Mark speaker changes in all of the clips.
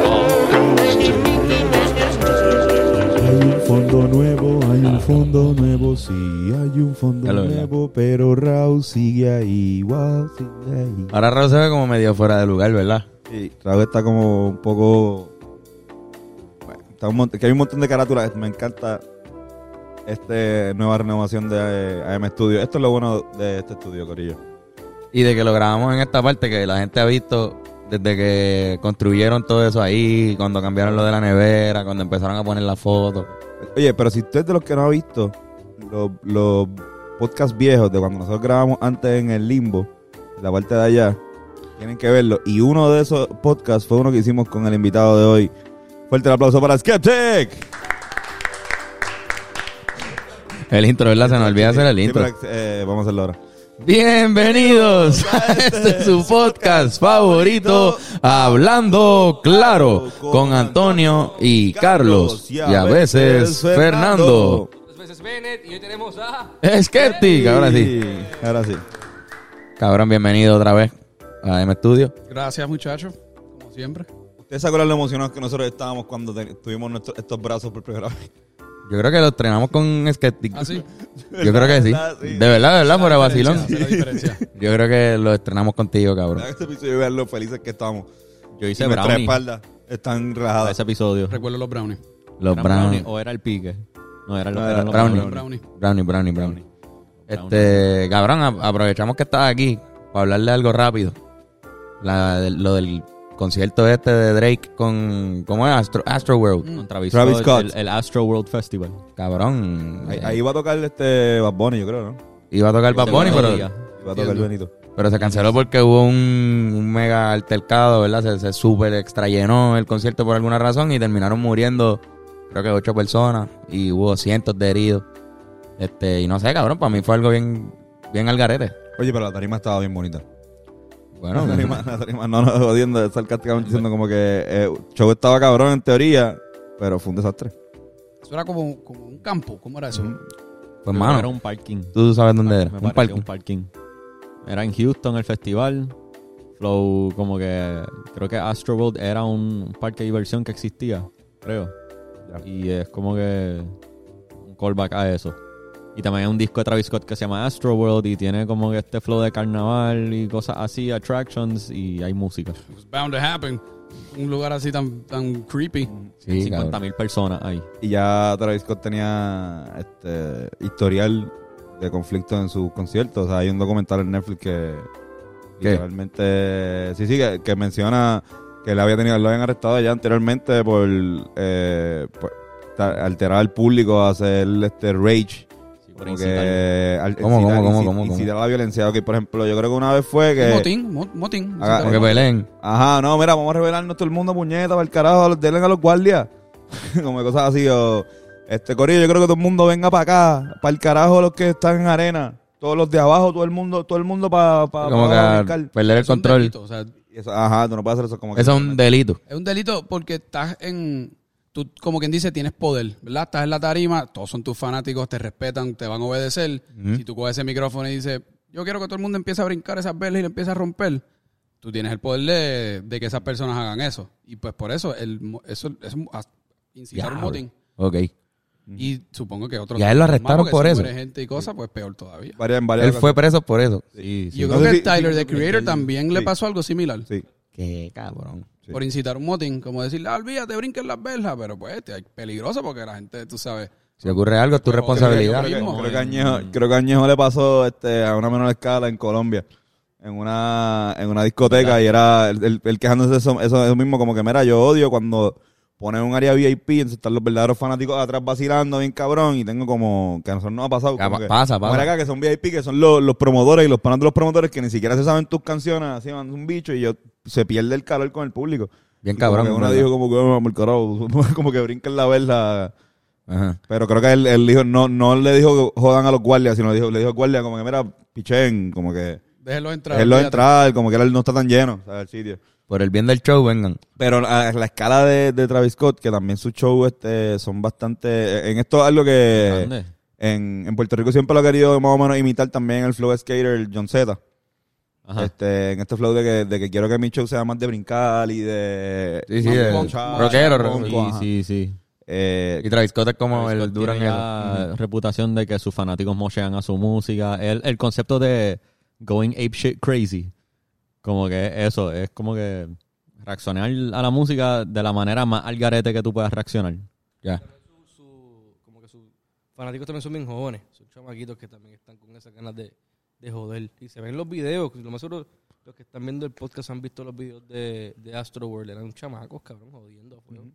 Speaker 1: Ah. fondo nuevo, sí hay un fondo
Speaker 2: Ya lo vi, ya.
Speaker 1: nuevo, pero Raúl sigue ahí, wow, sigue ahí.
Speaker 2: Ahora Raúl se ve como medio fuera de lugar, ¿verdad?
Speaker 1: Sí, Raúl está como un poco... bueno, está un mont- que hay un montón de carátulas, me encanta esta nueva renovación de eh, AM Studio. Esto es lo bueno de este estudio, Corillo.
Speaker 2: Y de que lo grabamos en esta parte que la gente ha visto desde que construyeron todo eso ahí, cuando cambiaron lo de la nevera, cuando empezaron a poner las fotos.
Speaker 1: Ah, Oye, pero si usted es de los que no ha visto los, los podcasts viejos de cuando nosotros grabamos antes en el limbo, en la parte de allá, tienen que verlo. Y uno de esos podcasts fue uno que hicimos con el invitado de hoy. Fuerte el aplauso para Skeptic.
Speaker 2: El intro, ¿verdad? Se nos olvida hacer el
Speaker 1: Sí,
Speaker 2: intro.
Speaker 1: pero, eh, vamos a hacerlo ahora.
Speaker 2: Bienvenidos a este su podcast favorito, Hablando Claro, con Antonio y Carlos, y a veces Fernando.
Speaker 3: Dos veces Bennett y hoy tenemos a...
Speaker 2: Skeptic, ahora sí.
Speaker 1: Ahora sí.
Speaker 2: Cabrón, bienvenido otra vez a M Studio.
Speaker 3: Gracias muchachos, como siempre.
Speaker 1: ¿Ustedes se acuerdan lo emocionados que nosotros estábamos cuando te- tuvimos nuestro- estos brazos por primera vez?
Speaker 2: Yo creo que lo estrenamos con Skeptic.
Speaker 3: Así.
Speaker 2: Yo creo que sí.
Speaker 1: ¿Verdad? Sí.
Speaker 2: De verdad, de verdad, fuera vacilón.
Speaker 3: La diferencia.
Speaker 2: Yo creo que lo estrenamos contigo, cabrón.
Speaker 1: En este episodio vean lo felices que estamos.
Speaker 4: Yo
Speaker 1: Y
Speaker 4: hice
Speaker 1: nuestras
Speaker 4: brownie
Speaker 1: espaldas están
Speaker 4: para
Speaker 1: rajadas.
Speaker 4: ese episodio.
Speaker 3: Recuerdo los brownies.
Speaker 2: Los
Speaker 4: ¿Eran
Speaker 2: Brownie.
Speaker 4: o era el pique? No, eran los,
Speaker 1: No, era
Speaker 4: eran los
Speaker 2: brownie.
Speaker 3: Los brownies.
Speaker 2: Brownie, brownie, brownie. Este, cabrón, a- aprovechamos que estás aquí para hablarle algo rápido. La, de- lo del concierto este de Drake con. ¿Cómo es? Astro, Astro World.
Speaker 4: Con Mm, Travis,
Speaker 1: Travis
Speaker 4: Scott.
Speaker 1: Scott.
Speaker 4: El, el Astro World Festival.
Speaker 2: Pues, Cabrón.
Speaker 1: Ahí,
Speaker 2: eh,
Speaker 1: ahí va a tocar este Bad Bunny, yo creo, ¿no?
Speaker 2: iba a tocar Bad Bunny,
Speaker 4: Segundo día.
Speaker 2: pero,
Speaker 1: Va a tocar
Speaker 3: Entiendo.
Speaker 1: Benito.
Speaker 2: pero se canceló porque hubo un, un mega altercado, ¿verdad? Se, se super extrayenó el concierto por alguna razón y terminaron muriendo, creo que ocho personas y hubo cientos de heridos. Este, y no sé, cabrón, para mí fue algo bien, bien al garete.
Speaker 1: Oye, pero la tarima estaba bien bonita.
Speaker 2: Bueno, pues,
Speaker 1: la tarima, la tarima no nos jodiendo, es sarcásticamente diciendo como que eh, el show estaba cabrón en teoría, pero fue un desastre.
Speaker 3: Eso era como, como un campo, ¿cómo era eso?
Speaker 2: pues
Speaker 4: Creo que
Speaker 2: mano.
Speaker 4: Era un parking.
Speaker 2: Tú sabes dónde era.
Speaker 4: Me
Speaker 2: Un
Speaker 4: pareció
Speaker 2: parking.
Speaker 4: un parking. Era en Houston el festival. Flow, como que. Creo que Astro World era un parque de diversión que existía, creo. Y es como que. Un callback a eso. Y también hay un disco de Travis Scott que se llama Astro World y tiene como que este flow de carnaval y cosas así, attractions y hay música.
Speaker 3: It was bound to happen. Un lugar así tan, tan creepy.
Speaker 2: Sí,
Speaker 4: 50
Speaker 2: cabrón.
Speaker 4: mil personas ahí.
Speaker 1: Y ya Travis Scott tenía este historial de conflictos en sus conciertos. O sea, hay un documental en Netflix que
Speaker 2: ¿Qué?
Speaker 1: literalmente. Sí, sí, que, que menciona que le había tenido, lo habían arrestado ya anteriormente por, eh, por ta- alterar al público, hacer este rage.
Speaker 4: Sí, por
Speaker 1: Como
Speaker 4: incitar.
Speaker 1: que al-
Speaker 2: ¿Cómo,
Speaker 1: incitar-
Speaker 2: cómo, cómo,
Speaker 1: inci-
Speaker 2: cómo, cómo?
Speaker 1: incitar a la violencia. Ok, por ejemplo, yo creo que una vez fue
Speaker 3: Un
Speaker 1: que.
Speaker 3: Motín, mo- motín.
Speaker 1: Ah,
Speaker 2: Porque Belén.
Speaker 1: Ajá, no, mira, vamos a revelarnos todo el mundo, puñeta, para el carajo, denle a los guardias. Como cosas así, o. Este corillo, yo creo que todo el mundo venga para acá, para el carajo los que están en arena. Todos los de abajo, todo el mundo, todo el mundo para. Pa, pa-
Speaker 2: Como que
Speaker 1: brincar.
Speaker 2: perder el
Speaker 3: Es un
Speaker 2: control.
Speaker 3: delito, o sea,
Speaker 1: Eso, ajá, tú no puedes hacer eso como que.
Speaker 2: Eso es un delito.
Speaker 3: es un delito porque estás en... Tú, como quien dice, tienes poder, ¿verdad? Estás en la tarima, todos son tus fanáticos, te respetan, te van a obedecer. Si tú coges ese micrófono y dices, yo quiero que todo el mundo empiece a brincar esas velas y le empiece a romper, tú tienes el poder de, de que esas personas hagan eso. Y pues por eso, el, mo- eso es un- a- incitar un
Speaker 2: Diablo.
Speaker 3: motín.
Speaker 2: Ok.
Speaker 3: Y supongo que otros.
Speaker 2: Y a él lo
Speaker 3: más,
Speaker 2: arrestaron
Speaker 3: porque
Speaker 2: por
Speaker 3: si
Speaker 2: eso.
Speaker 3: muere gente y cosas, pues peor todavía.
Speaker 1: Varias, en varias
Speaker 2: Él fue
Speaker 1: ocasiones.
Speaker 2: preso por eso.
Speaker 4: Sí, sí.
Speaker 3: Yo
Speaker 1: No
Speaker 3: creo
Speaker 1: sé
Speaker 3: que
Speaker 1: si-
Speaker 3: Tyler, The
Speaker 1: sí,
Speaker 3: Creator, también le
Speaker 1: sí.
Speaker 3: pasó algo similar.
Speaker 1: Sí.
Speaker 2: Qué cabrón.
Speaker 1: sí.
Speaker 3: Por incitar un motín, como decirle, ah, olvídate, brinquen las velas, pero pues este, es peligroso porque la gente, tú sabes.
Speaker 2: Si ocurre algo, es tu
Speaker 3: Pero-
Speaker 2: responsabilidad.
Speaker 1: Creo que,
Speaker 3: Mismo.
Speaker 1: creo que Añejo, creo que Añejo le pasó este, a una menor escala en Colombia. En una, en una discoteca y era el, el- el quejándose de eso, eso, eso mismo, como que mira, yo odio cuando ponen un área VIP, entonces están los verdaderos fanáticos atrás vacilando bien cabrón y tengo como que a nosotros nos ha pasado.
Speaker 2: Ya,
Speaker 1: como
Speaker 2: pa-
Speaker 1: que,
Speaker 2: pasa,
Speaker 1: como
Speaker 2: pasa.
Speaker 1: era acá que son VIP, que son los, los promotores y los panos de los promotores que ni siquiera se saben tus canciones, así van un bicho y yo se pierde el calor con el público.
Speaker 2: Bien
Speaker 1: Y como
Speaker 2: cabrón,
Speaker 1: que uno
Speaker 2: ¿verdad?
Speaker 1: dijo como que, "Oh, el carajo", como que brinca en la verla.
Speaker 2: Ajá.
Speaker 1: Pero creo que él, él dijo, no, no le dijo que jodan a los guardias, sino le dijo, le dijo al guardia como que, mira, pichen, como que
Speaker 3: Déjenlo entrar.
Speaker 1: es lo de
Speaker 3: olvídate.
Speaker 1: entrar, como que él no está tan lleno, o sea, el sitio.
Speaker 2: Por el bien del show, vengan.
Speaker 1: Pero a la escala de, de Travis Scott, que también sus shows este, son bastante... En esto es algo que
Speaker 2: Eh,
Speaker 4: Grande.
Speaker 1: en, en Puerto Rico siempre lo ha querido más o menos imitar también el flow skater, el John Z.
Speaker 4: Ajá.
Speaker 1: Este, en este flow de que, de que quiero que mi show sea más de brincar y de...
Speaker 2: Sí, sí,
Speaker 3: Vamos
Speaker 2: de-
Speaker 3: con-
Speaker 1: Chao, chao,
Speaker 2: rockero, rockero.
Speaker 1: con- ajá.
Speaker 4: Sí, sí, sí.
Speaker 1: Eh,
Speaker 2: Y Travis Scott es como
Speaker 4: Travis
Speaker 2: el
Speaker 4: Scott
Speaker 2: duro en
Speaker 4: tiene
Speaker 2: eso.
Speaker 4: ya reputación de que sus fanáticos mochean a su música. El, el concepto de going ape shit crazy. Como que eso, es como que reaccionar a la música de la manera más al garete que tú puedas reaccionar.
Speaker 2: Ya.
Speaker 5: su- como que sus fanáticos también son bien jóvenes. Son chamaquitos que también están con esas ganas de, de joder. Y se ven los videos. Lo más seguro, los que están viendo el podcast han visto los videos de, de Astro World. Eran chamacos, cabrón, jodiendo. a fuego.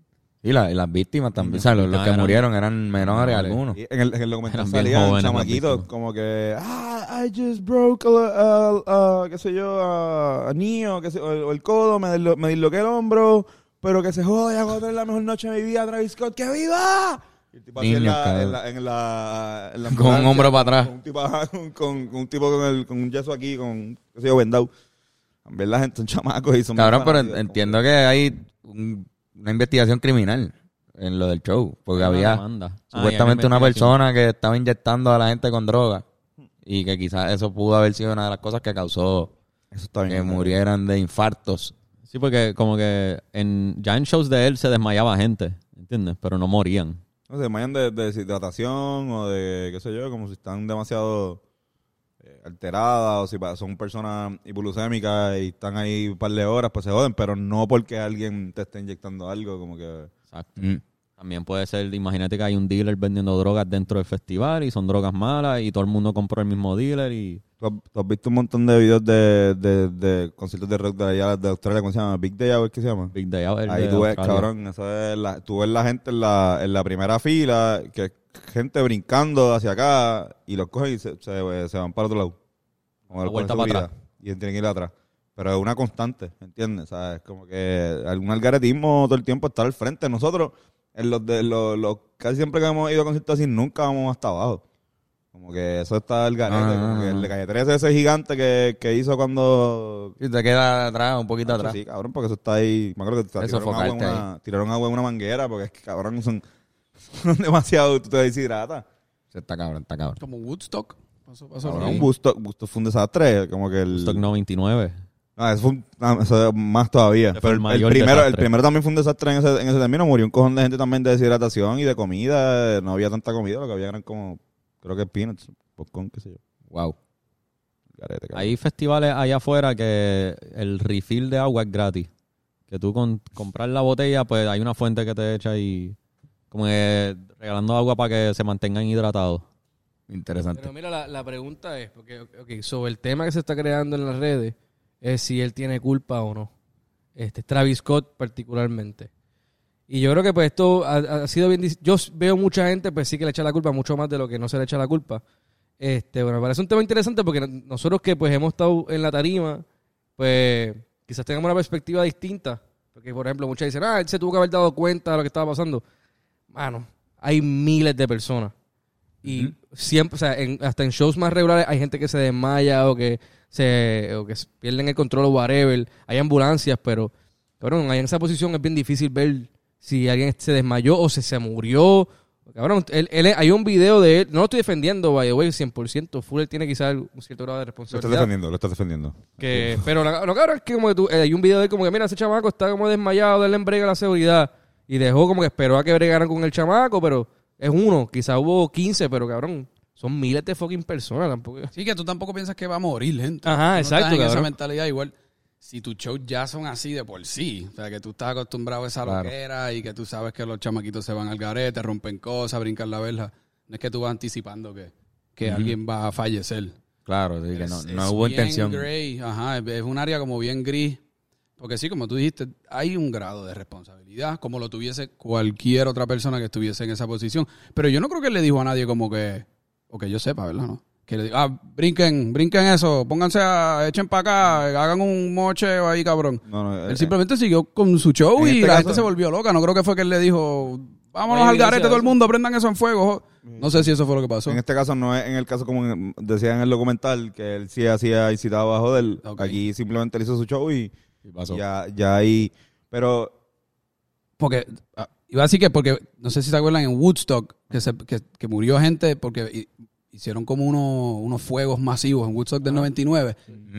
Speaker 2: Y, la- y las víctimas también. o sea, los, los que
Speaker 4: Eran-
Speaker 2: murieron eran menores
Speaker 4: Menores.
Speaker 2: algunos.
Speaker 1: y en, el, en el documental
Speaker 4: Eran bien
Speaker 1: salían
Speaker 4: jóvenes las
Speaker 1: chamaquitos
Speaker 4: víctimas.
Speaker 1: como que, ah, I just broke, a, a- a- qué sé yo, a, a Neo, qué sé- o, o el codo, me, dislo- me disloqué el hombro, pero que se joda, ya voy a tener la mejor noche de mi vida, Travis Scott, ¡que viva! Y el tipo así en
Speaker 2: Niños,
Speaker 1: la,
Speaker 2: cabrón.
Speaker 1: en la, en la- en la
Speaker 2: Con un
Speaker 1: ambulancia,
Speaker 2: hombro para atrás.
Speaker 1: Con un tipo, ajá, con, con- con un, tipo con, el- con un yeso aquí, con, qué sé yo, vendado. En verdad, gente son chamacos y son... bien
Speaker 2: Cabrón, pero
Speaker 1: fanáticos, como
Speaker 2: entiendo que hay un- una investigación criminal en lo del show. Porque había
Speaker 4: demanda. Ah,
Speaker 2: supuestamente
Speaker 4: y hay una
Speaker 2: una
Speaker 4: investigación.
Speaker 2: persona que estaba inyectando a la gente con droga. Y que quizás eso pudo haber sido una de las cosas que causó
Speaker 1: que Eso está bien.
Speaker 2: que murieran de infartos.
Speaker 4: Sí, porque como que en, ya en shows de él se desmayaba gente, ¿entiendes? Pero no morían.
Speaker 1: No se desmayan de, de deshidratación o de, qué sé yo, como si están demasiado eh, alteradas o si pa- son personas hipoglucémicas y están ahí un par de horas, pues se joden, pero no porque alguien te esté inyectando algo, como que...
Speaker 4: Exacto.
Speaker 2: Mm.
Speaker 4: También puede ser, imagínate que hay un dealer vendiendo drogas dentro del festival y son drogas malas y todo el mundo compró el mismo dealer y...
Speaker 1: ¿Tú has, tú has visto un montón de videos de, de, de conciertos de rock de allá de Australia, ¿cómo se llama? Big Day Out, ¿qué se llama?
Speaker 4: Big Day Out, el
Speaker 1: Ahí
Speaker 4: de
Speaker 1: tú ves,
Speaker 4: Australia.
Speaker 1: cabrón, eso es la- tú ves la gente en la, en la primera fila, que es gente brincando hacia acá y los cogen y se, se- se van para otro lado. Como
Speaker 4: Una
Speaker 1: los cogen
Speaker 4: vuelta
Speaker 1: su
Speaker 4: para
Speaker 1: vida,
Speaker 4: atrás.
Speaker 1: Y tienen que ir atrás. Pero es una constante, ¿entiendes? O sea, es como que algún algaretismo todo el tiempo está al frente. Nosotros, en los de los, los- casi siempre que hemos ido a conciertos así, nunca vamos hasta abajo. Como que eso está el garete,
Speaker 2: No, no,
Speaker 1: como
Speaker 2: no,
Speaker 4: Ah.
Speaker 1: que
Speaker 2: no.
Speaker 1: el de calle 13 ese gigante que, que hizo cuando
Speaker 2: Y te queda atrás, un poquito atrás.
Speaker 1: Sí, cabrón, porque eso está ahí. Me acuerdo que
Speaker 2: Eso,
Speaker 1: tiraron agua, en
Speaker 2: focarte
Speaker 1: una, tiraron agua en una manguera, porque es que, cabrón, son, son demasiado. Tú te deshidratas.
Speaker 2: Se Está cabrón, está cabrón.
Speaker 3: Como Woodstock. Pasó, pasó por
Speaker 1: Cabrón,
Speaker 3: ahí.
Speaker 1: Busto, fue un desastre. Como que el.
Speaker 4: Woodstock 99.
Speaker 1: No, eso fue un- ah, eso es más todavía.
Speaker 4: Ese fue
Speaker 1: Pero el,
Speaker 4: el
Speaker 1: el
Speaker 4: mayor
Speaker 1: primero, el
Speaker 4: desastre.
Speaker 1: primero también fue un desastre en ese, en ese término. Murió un cojón de gente también de deshidratación y de comida. No había tanta comida, lo que había eran como. Creo que peanuts, popcorn, qué sé yo.
Speaker 2: Wow.
Speaker 1: Garete, cabrón.
Speaker 4: Hay festivales allá afuera que el refill de agua es gratis. Que tú con comprar la botella, pues hay una fuente que te echa y como que regalando agua para que se mantengan hidratados.
Speaker 2: Interesante.
Speaker 5: Pero mira, la, la pregunta es, porque ok, sobre el tema que se está creando en las redes, es si él tiene culpa o no. Este, Travis Scott particularmente. Y yo creo que pues esto ha, ha sido bien... dis- Yo s- veo mucha gente pues sí que le echa la culpa mucho más de lo que no se le echa la culpa. Este, bueno, me parece un tema interesante porque no- nosotros que pues hemos estado en la tarima, pues quizás tengamos una perspectiva distinta. Porque, por ejemplo, muchas dicen, ah, él se tuvo que haber dado cuenta de lo que estaba pasando. Mano, hay miles de personas. Y siempre, o sea, en- hasta en shows más regulares hay gente que se desmaya o que se o que s- pierden el control o whatever. Hay ambulancias, pero cabrón, ahí en esa posición es bien difícil ver si alguien se desmayó o si se murió. Cabrón, él, él- hay un video de él, no lo estoy defendiendo, by the way, 100%. Fuller tiene quizás un cierto grado de
Speaker 1: Lo estás
Speaker 5: responsabilidad.
Speaker 1: defendiendo, lo estás defendiendo.
Speaker 5: Que, pero la- lo claro es que como que tú, eh, hay un video de él como que, mira, ese chamaco está como desmayado, dale en brega a la seguridad. Y dejó como que esperó a que bregaran con el chamaco, pero es uno. Quizá hubo 15, pero cabrón, son miles de fucking personas tampoco.
Speaker 3: Sí, que tú tampoco piensas que va a morir, gente.
Speaker 5: Ajá,
Speaker 3: Tú no
Speaker 5: Ah, exacto,
Speaker 3: Estás en esa
Speaker 5: cabrón.
Speaker 3: mentalidad igual. Si tus shows ya son así de por sí, o sea, que tú estás acostumbrado a esa
Speaker 2: Claro.
Speaker 3: loquera y que tú sabes que los chamaquitos se van al garete, rompen cosas, brincan la verja. No es que tú vas anticipando que, que alguien va a fallecer.
Speaker 2: Claro, sí, que no,
Speaker 3: Es-
Speaker 2: no
Speaker 3: es
Speaker 2: hubo
Speaker 3: bien
Speaker 2: intención.
Speaker 3: gray, ajá, es, es un área como bien gris. Porque sí, como tú dijiste, hay un grado de responsabilidad, como lo tuviese cualquier otra persona que estuviese en esa posición. Pero yo no creo que él le dijo a nadie como que, o que yo sepa, ¿verdad? No? Que le diga, ah, brinquen, brinquen eso, pónganse a, echen para acá, hagan un moche ahí, cabrón.
Speaker 1: No, no, eh,
Speaker 3: Él simplemente siguió con su show
Speaker 1: en
Speaker 3: y
Speaker 1: este
Speaker 3: la
Speaker 1: caso-
Speaker 3: gente se volvió loca. No creo que fue que él le dijo, vámonos
Speaker 5: Hay
Speaker 3: al garete
Speaker 5: evidencia de
Speaker 3: todo el
Speaker 5: eso.
Speaker 3: mundo, prendan eso en fuego.
Speaker 2: Mm.
Speaker 3: No sé si eso fue lo que pasó.
Speaker 1: En este caso no es en el caso como en- decía en el documental, que él sí hacía incitaba abajo del
Speaker 3: Ok.
Speaker 1: Aquí simplemente él hizo su show y
Speaker 2: Y pasó.
Speaker 1: ya, ya ahí. Pero
Speaker 3: porque ah, iba a decir que porque no sé si se acuerdan en Woodstock que se- que, que murió gente porque hi- hicieron como uno- unos fuegos masivos en Woodstock del 99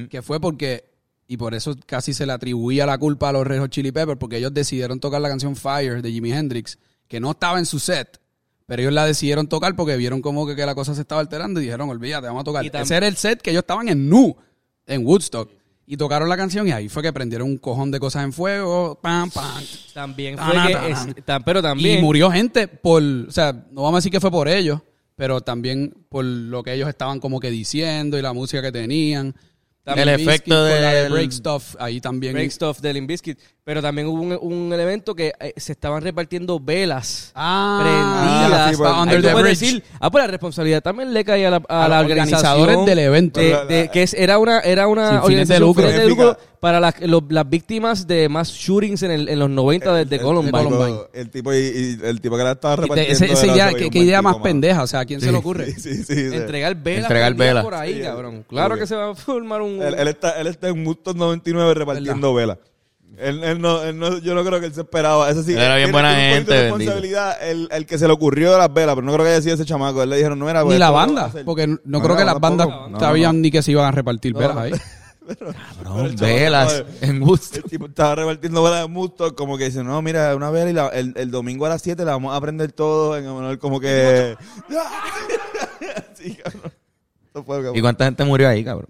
Speaker 3: que fue porque y por eso casi se le atribuía la culpa a los Red Hot Chili Peppers porque ellos decidieron tocar la canción Fire de Jimi Hendrix que no estaba en su set, pero ellos la decidieron tocar porque vieron como que, que la cosa se estaba alterando y dijeron, olvídate, vamos a tocar.
Speaker 5: Y tam-
Speaker 3: Ese era el set que ellos estaban en Nu, en Woodstock. Y tocaron la canción y ahí fue que prendieron un cojón de cosas en fuego, pam, pam.
Speaker 5: También
Speaker 3: Ta,
Speaker 5: fue
Speaker 3: na,
Speaker 5: que
Speaker 3: ta,
Speaker 5: es-
Speaker 3: na.
Speaker 5: tan- pero también
Speaker 3: Y murió gente por, o sea, no vamos a decir que fue por ellos, pero también por lo que ellos estaban como que diciendo y la música que tenían.
Speaker 2: También el
Speaker 3: Limp Bizkit
Speaker 2: efecto
Speaker 3: con la de
Speaker 2: del-
Speaker 3: Break Stuff, ahí también.
Speaker 5: Break Stuff de Limp Bizkit. Pero también hubo un, un elemento que eh, se estaban repartiendo velas.
Speaker 3: Ah,
Speaker 5: prendidas.
Speaker 3: ya, sí, por-
Speaker 5: Ahí
Speaker 3: Under
Speaker 5: tú
Speaker 3: the
Speaker 5: puedes
Speaker 3: Bridge.
Speaker 5: pues, decir, ah, pues la responsabilidad también le cae a la, a
Speaker 3: A
Speaker 5: la
Speaker 3: los organizadores
Speaker 5: organización
Speaker 3: del evento.
Speaker 5: de-
Speaker 1: La- la-
Speaker 5: de- que es- era una, era una
Speaker 3: Sin fines de
Speaker 5: organización
Speaker 3: lucro.
Speaker 5: sin fines de lucro
Speaker 1: Benéfica.
Speaker 5: para las, los- las víctimas de más shootings en, el- en los 90 de, de Columbine.
Speaker 1: tipo- El tipo, y, y el tipo que la estaba
Speaker 3: Y te-
Speaker 1: repartiendo.
Speaker 3: Este, ese- ese
Speaker 1: era
Speaker 3: idea-
Speaker 1: solo
Speaker 3: ¿qué,
Speaker 1: un
Speaker 3: qué idea más
Speaker 1: maldito, mano.
Speaker 3: pendeja? O sea, ¿a quién se le ocurre?
Speaker 1: Sí, sí, sí, sí.
Speaker 5: Entregar velas.
Speaker 2: Entregar
Speaker 5: prendidas
Speaker 2: velas.
Speaker 5: Por ahí,
Speaker 1: Sí,
Speaker 5: cabrón.
Speaker 1: sí.
Speaker 5: Claro que se va a formar un...
Speaker 1: Él, él está, él está en Houston 99 repartiendo velas. Él, él no, él no- yo no creo que él se esperaba. Eso sí,
Speaker 2: Él era
Speaker 1: él
Speaker 2: bien
Speaker 1: tiene-
Speaker 2: buena
Speaker 1: tiene un poquito de
Speaker 2: gente,
Speaker 1: responsabilidad el, el que se le ocurrió de las velas, pero no creo que haya sido ese chamaco. Él le dijeron, no era
Speaker 3: Ni la banda, porque no,
Speaker 1: No,
Speaker 3: creo que
Speaker 1: no,
Speaker 3: las bandas
Speaker 1: tampoco. No,
Speaker 3: sabían ni que se iban a repartir velas ahí.
Speaker 2: Cabrón, velas en gusto.
Speaker 1: El tipo pues, estaba repartiendo velas de Musto, como que dice, no, mira, una vela y la- el, el domingo a las 7 la vamos a prender todos en honor como que... ¡Ah! sí, cabrón. Eso fue lo que-
Speaker 2: ¿Y cuánta gente murió ahí, cabrón?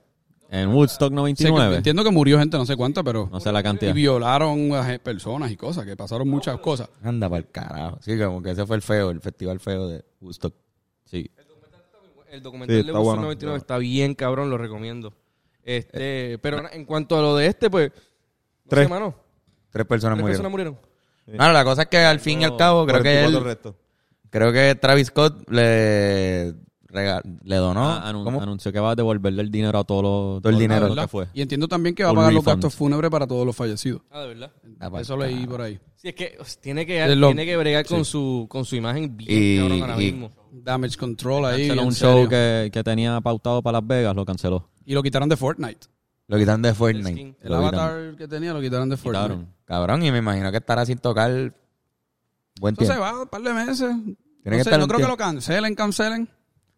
Speaker 4: En Woodstock
Speaker 3: Sé que-
Speaker 4: 99.
Speaker 3: entiendo que murió gente, no sé cuánta, pero...
Speaker 4: no sé la
Speaker 3: Y
Speaker 4: cantidad.
Speaker 3: violaron a je- personas y cosas, que pasaron muchas cosas.
Speaker 2: Anda para el carajo. Sí, como que ese fue el feo, el festival feo de Woodstock.
Speaker 4: Sí.
Speaker 5: El documental
Speaker 1: Sí,
Speaker 5: de
Speaker 1: está
Speaker 5: Wilson
Speaker 1: bueno.
Speaker 5: 99 está bien cabrón, lo recomiendo. Este, pero en cuanto a lo de este, pues. No
Speaker 1: Tres.
Speaker 5: sé, mano.
Speaker 2: Tres personas
Speaker 5: Tres
Speaker 2: murieron.
Speaker 5: personas murieron.
Speaker 2: No, la cosa es que al fin y al cabo, creo que
Speaker 1: 44
Speaker 2: él-
Speaker 1: restos.
Speaker 2: creo que Travis Scott le, rega- le donó
Speaker 4: Ah, anun-
Speaker 2: ¿cómo?
Speaker 4: anunció que va a devolverle el dinero a todos los.
Speaker 2: Todo el
Speaker 4: todos
Speaker 2: dinero.
Speaker 4: los que
Speaker 3: ¿Verdad?
Speaker 4: fue.
Speaker 3: Y entiendo también que va a
Speaker 4: Un
Speaker 3: pagar los
Speaker 4: refund.
Speaker 3: gastos fúnebres para todos los fallecidos.
Speaker 5: Ah, de verdad.
Speaker 2: Ah, pa-
Speaker 3: Eso leí por ahí.
Speaker 5: Sí, es que o sea, tiene que,
Speaker 3: De lo-
Speaker 5: tiene que bregar con su con su imagen bien
Speaker 2: Y-
Speaker 5: cabrón ahora
Speaker 2: y-
Speaker 5: mismo.
Speaker 3: Damage Control ahí.
Speaker 4: Canceló
Speaker 3: bien
Speaker 4: un
Speaker 3: serio.
Speaker 4: show que, que tenía pautado para Las Vegas, lo canceló.
Speaker 3: Y lo quitaron de Fortnite.
Speaker 2: Lo quitaron de
Speaker 5: El
Speaker 2: Fortnite.
Speaker 5: skin.
Speaker 3: El
Speaker 4: Lo
Speaker 3: avatar que tenía lo quitaron de Fortnite.
Speaker 4: Quitaron.
Speaker 2: Cabrón, y me imagino que estará sin tocar buen
Speaker 3: Eso se
Speaker 2: tiempo.
Speaker 3: va un par de meses.
Speaker 2: que
Speaker 3: No, sé,
Speaker 2: estar
Speaker 3: no
Speaker 2: un
Speaker 3: creo que
Speaker 2: tiempo.
Speaker 3: lo cancelen, cancelen.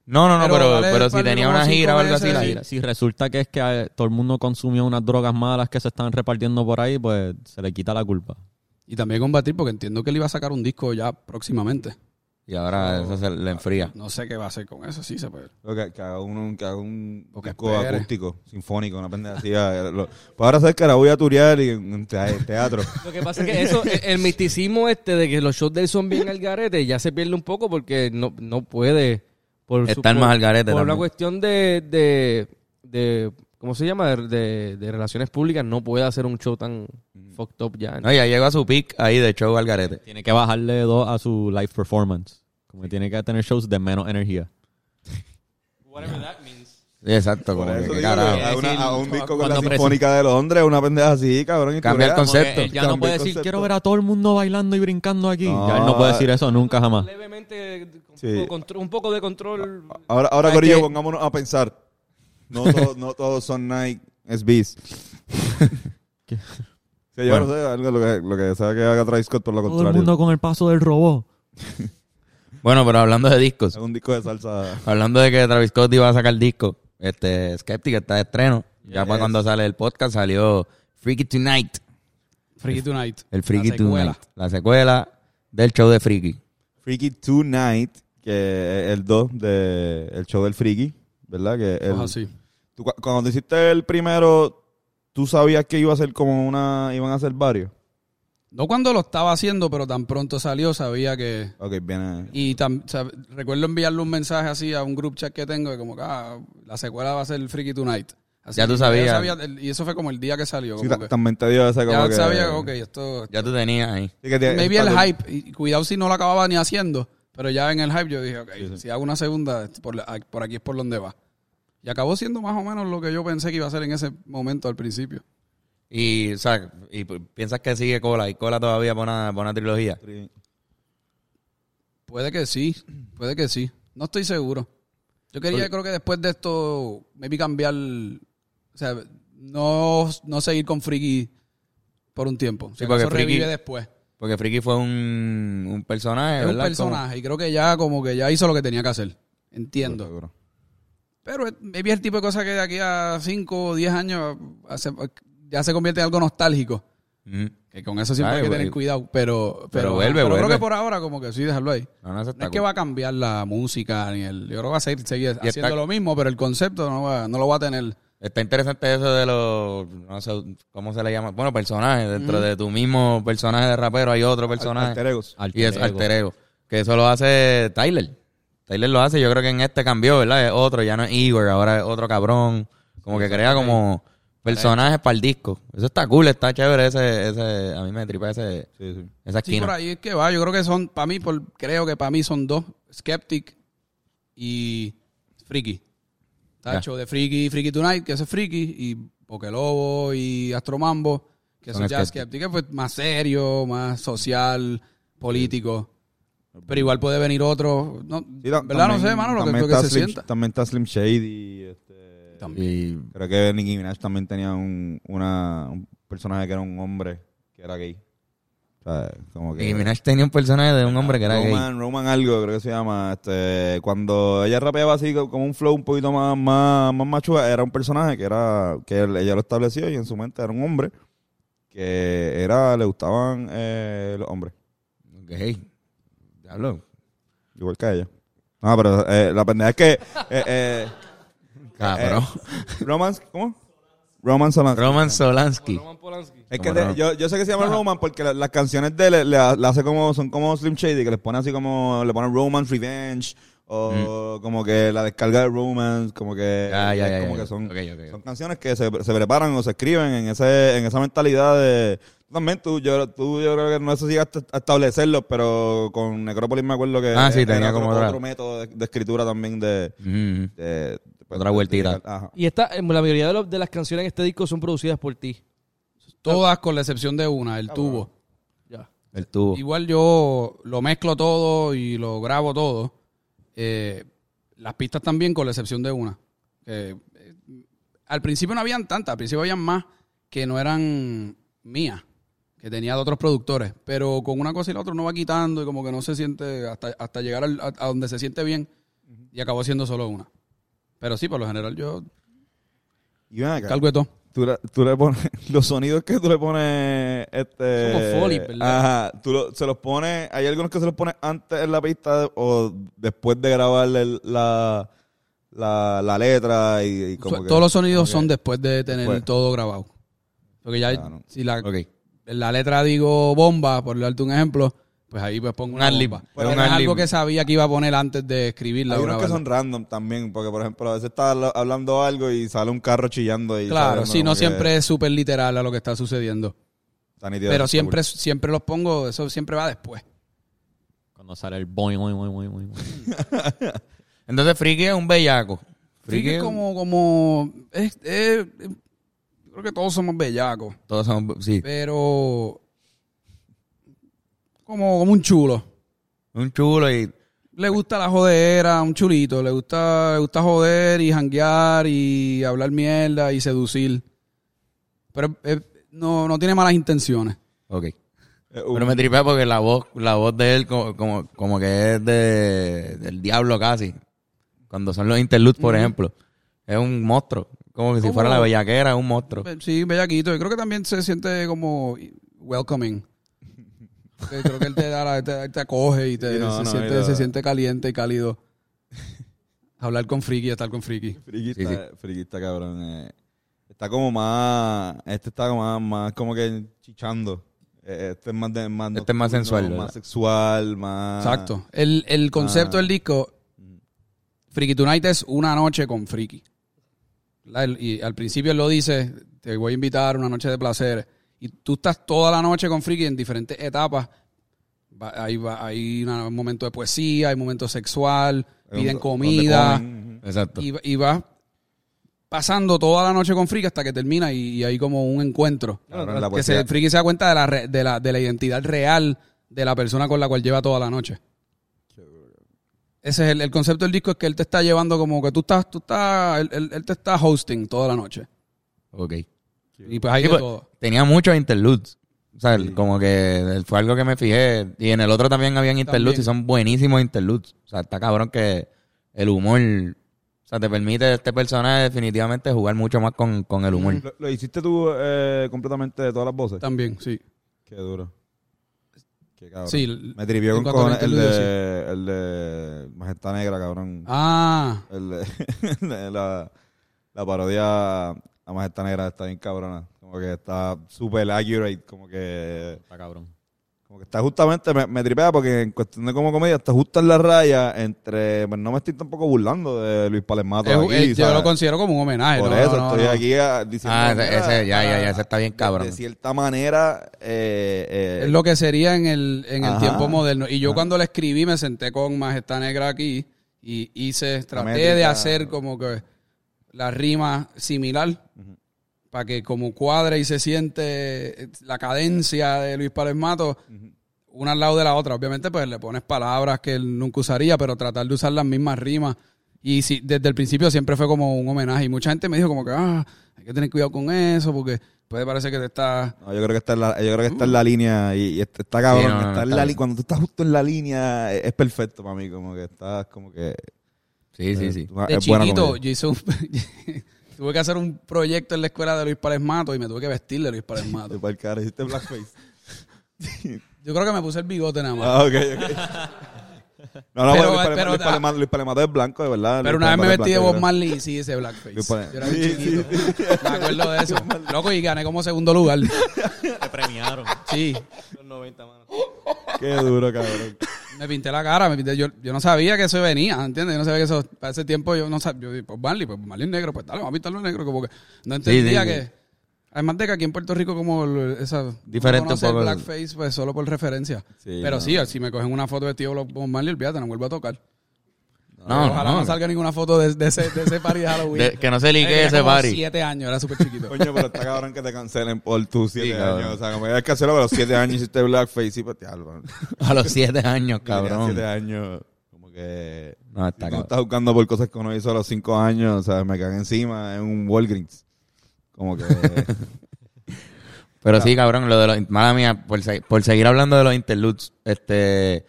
Speaker 2: No, no, no,
Speaker 3: Pero
Speaker 2: pero,
Speaker 3: dale
Speaker 2: pero,
Speaker 3: un par
Speaker 2: si
Speaker 3: de
Speaker 2: tenía
Speaker 3: como
Speaker 2: una
Speaker 3: cinco
Speaker 2: gira o algo así,
Speaker 3: meses
Speaker 2: la
Speaker 3: ahí.
Speaker 2: gira.
Speaker 4: Si resulta que es que eh, todo el mundo consumió unas drogas malas que se están repartiendo por ahí, pues se le quita la culpa.
Speaker 3: Y también combatir, porque entiendo que él iba a sacar un disco ya próximamente.
Speaker 2: Y ahora eso se le enfría.
Speaker 3: No sé qué va a hacer con eso, sí se puede.
Speaker 1: Lo Que, que haga un, que haga un
Speaker 3: O que
Speaker 1: disco
Speaker 3: espere.
Speaker 1: acústico, sinfónico, una pendeja así. ah, lo- Pues ahora sabes que la voy a turear y en te- teatro.
Speaker 5: Lo que pasa es que eso, el- el misticismo este de que los shows de él son bien al garete, ya se pierde un poco porque no, no puede. Por
Speaker 2: Estar más al garete
Speaker 5: Por una
Speaker 2: también.
Speaker 5: cuestión de, de, de- ¿Cómo se llama? De, de- de relaciones públicas, no puede hacer un show tan fucked up ya.
Speaker 2: No, ya llegó a su pick ahí de show al garete.
Speaker 4: Tiene que bajarle dos a su live performance. Como que tiene que tener shows de menos energía.
Speaker 2: Sí, exacto,
Speaker 1: Por
Speaker 2: como que,
Speaker 1: eso
Speaker 2: qué
Speaker 1: digo,
Speaker 2: carajo.
Speaker 1: a, una- a un disco con
Speaker 2: Cuando
Speaker 1: la
Speaker 2: presen-
Speaker 1: Sinfónica de Londres, una pendeja así, cabrón. y
Speaker 2: Cambia el
Speaker 1: turea, como que
Speaker 2: concepto.
Speaker 4: Él ya no
Speaker 1: cambia
Speaker 4: puede
Speaker 1: el
Speaker 4: decir,
Speaker 1: concepto.
Speaker 4: quiero ver a todo el mundo bailando y brincando aquí.
Speaker 1: No.
Speaker 4: Ya él no puede decir eso nunca jamás.
Speaker 5: Levemente, con
Speaker 1: Sí.
Speaker 5: poco contro- un poco de control.
Speaker 2: Ah,
Speaker 1: Ahora, ahora
Speaker 2: Hay
Speaker 1: Corillo,
Speaker 2: que-
Speaker 1: pongámonos a pensar. No, todos- no todos son Nike SBs. Sí, yo
Speaker 4: Bueno.
Speaker 1: no sé, algo lo que, lo que sabe que haga Travis Scott por lo
Speaker 4: Todo el
Speaker 1: contrario.
Speaker 4: mundo con el paso del robot.
Speaker 2: Bueno, pero hablando de
Speaker 1: Es
Speaker 2: discos,
Speaker 1: un disco de salsa.
Speaker 2: hablando de que Travis Scott iba a sacar disco, este Skeptic está de estreno. Ya para cuando sale el podcast salió Freaky Tonight.
Speaker 3: Freaky Tonight.
Speaker 2: El Freaky
Speaker 3: La secuela.
Speaker 2: Tonight. La secuela del show de Freaky.
Speaker 1: Freaky Tonight, que es el 2 del show del Freaky, ¿verdad? Que el,
Speaker 3: Ajá, sí.
Speaker 1: Tú cua- cuando te hiciste el primero, ¿tú sabías que iba a ser como una... iban a ser varios?
Speaker 3: No cuando lo estaba haciendo, pero tan pronto salió, sabía que
Speaker 1: Ok, viene...
Speaker 3: Y tam- o sea, recuerdo enviarle un mensaje así a un group chat que tengo de como que ah, la secuela va a ser Freaky Tonight. Así
Speaker 2: Ya tú
Speaker 3: que
Speaker 2: sabías.
Speaker 3: el- y eso fue como el día que salió.
Speaker 1: Sí,
Speaker 3: como
Speaker 1: ta-
Speaker 3: que-
Speaker 1: también te dio esa como
Speaker 3: ya
Speaker 1: que...
Speaker 3: sabía, ok, esto...
Speaker 2: Ya tú tenías ahí.
Speaker 1: Sí, que tiene-
Speaker 3: maybe el
Speaker 1: está-
Speaker 3: hype, y cuidado si no lo acababa ni haciendo, pero ya en el hype yo dije, ok, si hago una segunda, por, la- por aquí es por donde va. Y acabó siendo más o menos lo que yo pensé que iba a ser en ese momento al principio.
Speaker 2: Y, o sea, y p- piensas que sigue cola y cola todavía para una, para una trilogía.
Speaker 1: Sí.
Speaker 3: Puede que sí, puede que sí. No estoy seguro. Yo quería, creo que después de esto, maybe cambiar. O sea, no, no seguir con Friki por un tiempo. O sea,
Speaker 2: Sí, porque
Speaker 3: eso
Speaker 2: Freaky-
Speaker 3: revive después.
Speaker 2: Porque Freaky fue un, un personaje,
Speaker 3: Es un
Speaker 2: ¿verdad?
Speaker 3: personaje y creo que ya, como que ya hizo lo que tenía que hacer. Entiendo.
Speaker 1: Seguro.
Speaker 3: Pero es- maybe es el tipo de cosa que de aquí a 5 o 10 años hace- ya se convierte en algo nostálgico.
Speaker 2: Como- Ujú.
Speaker 3: Que Que con eso siempre
Speaker 2: Ay,
Speaker 3: hay que
Speaker 2: güey.
Speaker 3: tener cuidado, pero... Pero,
Speaker 2: vuelve,
Speaker 3: pero creo
Speaker 2: vuelve.
Speaker 3: que por ahora como que sí, dejarlo ahí.
Speaker 2: No, no, eso
Speaker 3: No
Speaker 2: está
Speaker 3: es que
Speaker 2: cool.
Speaker 3: va a cambiar la música ni el... Yo creo que va a seguir, seguir
Speaker 2: Y
Speaker 3: haciendo
Speaker 2: está-
Speaker 3: lo mismo, pero el concepto no, va- no lo va a tener.
Speaker 2: Está interesante eso de los, no sé, ¿cómo se le llama? Bueno, personajes. Dentro de tu mismo personaje de rapero hay otro personaje.
Speaker 1: Alter egos.
Speaker 2: y es alter ego. Que eso lo hace Tyler. Tyler lo hace, yo creo que en este cambió, ¿verdad? Es otro, ya no es Igor, ahora es otro cabrón. Como que crea como personajes para el disco. Eso está cool, está chévere ese, ese, a mí me tripa ese,
Speaker 1: Sí, sí.
Speaker 2: esa
Speaker 3: Sí, por
Speaker 2: esquina.
Speaker 3: ahí es que va. Yo creo que son, para mí, por- creo que para mí son dos. Skeptic y Freaky. Tacho de Freaky, Freaky Tonight, que ese es Freaky, y Pokelobo y Astromambo, que
Speaker 2: Son
Speaker 3: son, ya
Speaker 2: Skeptic.
Speaker 3: Skeptic, que pues más serio, más social, político. Pero igual puede venir otro. No,
Speaker 1: Sí, ta-
Speaker 3: ¿Verdad? no
Speaker 1: también-
Speaker 3: sé, hermano, lo que,
Speaker 1: también
Speaker 3: lo que
Speaker 1: está
Speaker 3: se
Speaker 1: Slim-
Speaker 3: sienta.
Speaker 1: También está Slim Shady. Este,
Speaker 3: También.
Speaker 2: Y
Speaker 1: creo que Nicki Minaj también tenía un, una, un personaje que era un hombre que era gay. O sea, como que...
Speaker 2: y Minaj tenía un personaje de un hombre que era gay.
Speaker 1: Roman, Roman algo, creo que se llama. Este, cuando ella rapeaba así, co- como un flow un poquito más, más, más machúa, era un personaje que era que él- ella lo estableció y en su mente era un hombre que era le gustaban eh, los hombres,
Speaker 2: Gay.
Speaker 1: Eh,
Speaker 2: Diablo.
Speaker 1: igual que a ella. No, pero eh, la pendeja es que... eh, eh,
Speaker 2: Cabrón.
Speaker 1: eh, Roman, ¿cómo? Roman Solans.
Speaker 2: Roman Solansky.
Speaker 5: Roman Polanski.
Speaker 1: Es que
Speaker 2: Como
Speaker 1: te-
Speaker 2: Roman.
Speaker 1: yo, yo sé que se llama Roman porque la- las canciones de él eh, le- le ha- le hace como, son como Slim Shady, que les pone así como, le ponen Roman Revenge, o como que la descarga de Romance, como que,
Speaker 2: Mm.
Speaker 1: eh,
Speaker 2: Ya, ya, ya,
Speaker 1: como
Speaker 2: ya.
Speaker 1: que son,
Speaker 2: Ok, ok.
Speaker 1: son canciones que se, se preparan o se escriben en ese, en esa mentalidad de también tú, yo, tú, yo creo que no sé si llegaste a establecerlo, pero con Necrópolis me acuerdo que
Speaker 2: Ah, sí,
Speaker 1: era
Speaker 2: tenía
Speaker 1: otro-
Speaker 2: como
Speaker 1: otro,
Speaker 2: otra-
Speaker 1: método de, de escritura también de,
Speaker 2: Mm.
Speaker 1: de- pues,
Speaker 2: Otra vueltita.
Speaker 1: ajá.
Speaker 5: Y esta, eh, la mayoría de, los- de las canciones en este disco son producidas por ti.
Speaker 3: Todas con la excepción de una, el tubo.
Speaker 5: Ya.
Speaker 2: El tubo.
Speaker 3: Igual yo lo mezclo todo y lo grabo todo. Eh, las pistas también, con la excepción de una. Eh, eh, al principio no habían tantas, al principio habían más que no eran mías, que tenía de otros productores. Pero con una cosa y la otra uno va quitando y como que no se siente hasta, hasta llegar al- a, a donde se siente bien y acabó siendo solo una. Pero sí, por lo general yo
Speaker 1: Y ven acá.
Speaker 3: cargo de todo.
Speaker 1: Tú, la- tú le pones los sonidos que tú le pones este
Speaker 5: Son como foley, ¿verdad?
Speaker 1: Ajá, tú lo- se los pones, hay algunos que se los pones antes en la pista o después de grabar el- la, la, la letra y, y como
Speaker 3: Su-
Speaker 1: que-
Speaker 3: Todos los sonidos
Speaker 1: como
Speaker 3: son
Speaker 1: que-
Speaker 3: después de tener
Speaker 1: Después.
Speaker 3: todo grabado. Porque ya
Speaker 1: Claro.
Speaker 3: si la,
Speaker 2: Ok.
Speaker 3: en la letra digo bomba, por darte un ejemplo, pues ahí pues pongo una
Speaker 2: Un ad-lib.
Speaker 3: bomba.
Speaker 2: Es
Speaker 3: Pero
Speaker 2: un
Speaker 3: no es algo
Speaker 2: ad-lib.
Speaker 3: que sabía que iba a poner antes de escribirla.
Speaker 1: Hay
Speaker 3: o
Speaker 1: unos que
Speaker 3: grabarla.
Speaker 1: son random también, porque por ejemplo a veces estás lo- hablando algo y sale un carro chillando y
Speaker 3: claro,
Speaker 1: sale,
Speaker 3: sí,
Speaker 1: como
Speaker 3: no
Speaker 1: que
Speaker 3: siempre es súper literal a lo que está sucediendo.
Speaker 1: está nítido,
Speaker 3: Pero
Speaker 1: está
Speaker 3: siempre, siempre los pongo, eso siempre va después.
Speaker 2: e-
Speaker 4: Cuando sale el boing, boing, boing, boing, boing.
Speaker 2: Entonces, Friki es un bellaco.
Speaker 3: Friki es
Speaker 2: es-
Speaker 3: como, como, es- es- yo creo que todos somos bellacos,
Speaker 2: Todos son, sí.
Speaker 3: pero como, como un chulo.
Speaker 2: Un chulo y
Speaker 3: Le gusta la jodera, un chulito. Le gusta, le gusta joder y janguear y hablar mierda y seducir. Pero eh, no, no tiene malas intenciones.
Speaker 2: Ok.
Speaker 1: cool. Eh, un-
Speaker 2: Pero me tripea porque la voz, la voz de él como, como, como que es de, del diablo casi. Cuando son los interludes, por ejemplo. Es un monstruo. Como que si
Speaker 3: ¿Cómo?
Speaker 2: fuera la bellaquera, es un monstruo.
Speaker 3: Eh, Sí, bellaquito. Yo creo que también se siente como welcoming. Que Creo que él te, da la- te, te acoge y te,
Speaker 1: Sí, no,
Speaker 3: se,
Speaker 1: no,
Speaker 3: siente,
Speaker 1: mira.
Speaker 3: se siente caliente y cálido. Hablar con friki y estar con friki.
Speaker 1: Friquista,
Speaker 2: Sí, sí.
Speaker 1: eh, friquista, cabrón. eh. Está como más. Este está como más, más como que chichando. Eh, Este es más. de- más
Speaker 2: Este es más
Speaker 1: nocturno,
Speaker 2: sensual,
Speaker 1: Más
Speaker 2: ¿verdad?
Speaker 1: sexual, más.
Speaker 3: Exacto. El, el concepto
Speaker 1: Ah.
Speaker 3: del disco, Freaky Tonight es una noche con Freaky. ¿Verdad? El- Y al principio él lo dice, te voy a invitar a una noche de placer. Y tú estás toda la noche con Freaky en diferentes etapas. Va- Ahí va, hay una- un momento de poesía, hay momento sexual,
Speaker 1: Eh,
Speaker 3: piden
Speaker 1: donde
Speaker 3: comida.
Speaker 1: comen, ujú.
Speaker 2: Exacto.
Speaker 3: Y, y vas pasando toda la noche con Freaky hasta que termina y, y hay como un encuentro.
Speaker 1: Cabrón, la
Speaker 3: Que
Speaker 1: poesía.
Speaker 3: se, Freaky se da cuenta de la, re- de, la, de la identidad real de la persona con la cual lleva toda la noche. Ese es el, el concepto del disco, es que él te está llevando como que tú estás, tú estás, él, él- él te está hosting toda la noche.
Speaker 2: Ok.
Speaker 3: Y pues hay
Speaker 2: Sí,
Speaker 3: de
Speaker 2: pues,
Speaker 3: todo.
Speaker 2: tenía muchos interludes. O sea, como que fue algo que me fijé. Y en el otro también habían interludes
Speaker 3: También.
Speaker 2: y son buenísimos interludes. O sea, está cabrón que el humor... O sea, te permite este personaje definitivamente jugar mucho más con, con el humor.
Speaker 1: ¿Lo, lo hiciste tú eh, completamente de todas las voces?
Speaker 3: También, sí.
Speaker 1: Qué duro. Qué cabrón.
Speaker 3: Sí,
Speaker 1: Me trivió con
Speaker 3: Tengo a
Speaker 1: cojones el
Speaker 3: Torrente
Speaker 1: de, el de Majestad Negra, cabrón.
Speaker 3: ah,
Speaker 1: El de- la, la parodia a Majestad Negra está bien cabrona. Como que está super accurate. Como que,
Speaker 4: Está cabrón.
Speaker 1: como que está justamente, me, me tripea porque en cuestión de como comedia está justa en la raya entre, pues no me estoy tampoco burlando de Luis Palermato
Speaker 3: es-
Speaker 1: aquí,
Speaker 3: es-
Speaker 2: eh,
Speaker 3: yo
Speaker 1: ¿sabes?
Speaker 3: lo considero como un homenaje.
Speaker 1: Por
Speaker 3: no,
Speaker 1: eso
Speaker 3: no, no,
Speaker 1: estoy
Speaker 3: no.
Speaker 1: aquí ah, diciendo.
Speaker 2: Ah,
Speaker 1: mira,
Speaker 2: ese- ya, ya, ya, ese está bien
Speaker 1: de-
Speaker 2: cabrón.
Speaker 1: De, cierta manera, eh, eh,
Speaker 3: Es lo que sería en el, en el
Speaker 1: Ajá.
Speaker 3: tiempo moderno. Y yo cuando la escribí me senté con Majestad Negra aquí y hice, traté
Speaker 1: métrica.
Speaker 3: de hacer como que la rima similar para que como cuadre y se siente eh, la cadencia de Luis Párez Mato una al lado de la otra. Obviamente pues le pones palabras que él nunca usaría, pero tratar de usar las mismas rimas. Y sí, desde el principio siempre fue como un homenaje. Y mucha gente me dijo como que, ah, hay que tener cuidado con eso porque puede parecer que te estás...
Speaker 1: no, yo creo que está en la, yo creo que está en la línea y, y está, está cabrón.
Speaker 2: Sí, no, no,
Speaker 1: está
Speaker 2: no,
Speaker 1: en la
Speaker 2: está bien.
Speaker 1: li- cuando tú estás justo en la línea, es, es perfecto para mí. Como que estás como que.
Speaker 2: Sí, sí, sí.
Speaker 1: es una-
Speaker 3: De
Speaker 1: Eh, Ah, es buena
Speaker 3: chiquito,
Speaker 1: comedia.
Speaker 3: yo hice un. tuve que hacer un proyecto en la escuela de Luis Párez Mato y me tuve que vestir de Luis Párez
Speaker 1: Te
Speaker 3: Mato.
Speaker 1: pa'l cara, hiciste blackface.
Speaker 3: Yo creo que me puse el bigote nada más.
Speaker 1: Ah, ok, ok. No,
Speaker 3: Pero-
Speaker 1: no, pero, Luis, Pale-
Speaker 3: pero-
Speaker 1: Luis Pale- Luis Palemato es blanco, de verdad.
Speaker 3: Pero
Speaker 1: Luis
Speaker 3: una vez me
Speaker 1: Palemato
Speaker 3: vestí
Speaker 1: es
Speaker 3: de Bob
Speaker 1: blanco, yo creo.
Speaker 3: Marley y sí hice blackface.
Speaker 1: Luis
Speaker 3: Yo
Speaker 1: Pare-
Speaker 3: era muy
Speaker 1: Sí,
Speaker 3: chiquito. Me acuerdo de eso. Loco, y gané como segundo lugar.
Speaker 6: Te premiaron.
Speaker 3: Sí.
Speaker 6: Los 90, mano.
Speaker 1: Qué duro, cabrón.
Speaker 3: Me pinté la cara. Me pinté- Yo, yo no sabía que eso venía, ¿entiendes? Yo no sabía que eso. Para ese tiempo yo no sabía. Yo, pues Marley, pues Marley es negro, pues dale, vamos a pintarlo negro. Como que no entendía
Speaker 2: sí,
Speaker 3: que.
Speaker 2: sí.
Speaker 3: Además de que aquí en Puerto Rico, como el- esa.
Speaker 2: Diferente
Speaker 3: uno
Speaker 2: un
Speaker 3: conoce el
Speaker 2: poco.
Speaker 3: blackface, pues solo por referencia.
Speaker 1: Sí,
Speaker 3: Pero
Speaker 1: no.
Speaker 3: sí, si me cogen una foto vestido de Bob Marley, olvídate, no vuelvo a tocar.
Speaker 2: No,
Speaker 3: Ojalá no,
Speaker 2: no,
Speaker 3: salga ninguna foto de, de ese, de ese party de Halloween.
Speaker 2: De- que no se ligue
Speaker 3: Tenía
Speaker 2: ese
Speaker 3: como
Speaker 2: party.
Speaker 3: siete años, era súper chiquito.
Speaker 1: Coño, pero está cabrón que te cancelen por tus siete
Speaker 2: cabrón.
Speaker 1: años. O sea, como que hay que hacerlo a los siete años hiciste blackface. Sí, pues te
Speaker 2: A los siete años,
Speaker 1: Cabrón.
Speaker 2: cabrón.
Speaker 1: siete años. Como que.
Speaker 2: No, está
Speaker 1: Si tú
Speaker 2: cabrón.
Speaker 1: estás jugando por cosas que uno hizo a los cinco años, o sea, me cagan encima en un Walgreens. Como que.
Speaker 2: Pero sí, cabrón, lo de los... Mala mía, por, se- por seguir hablando de los interludes, este...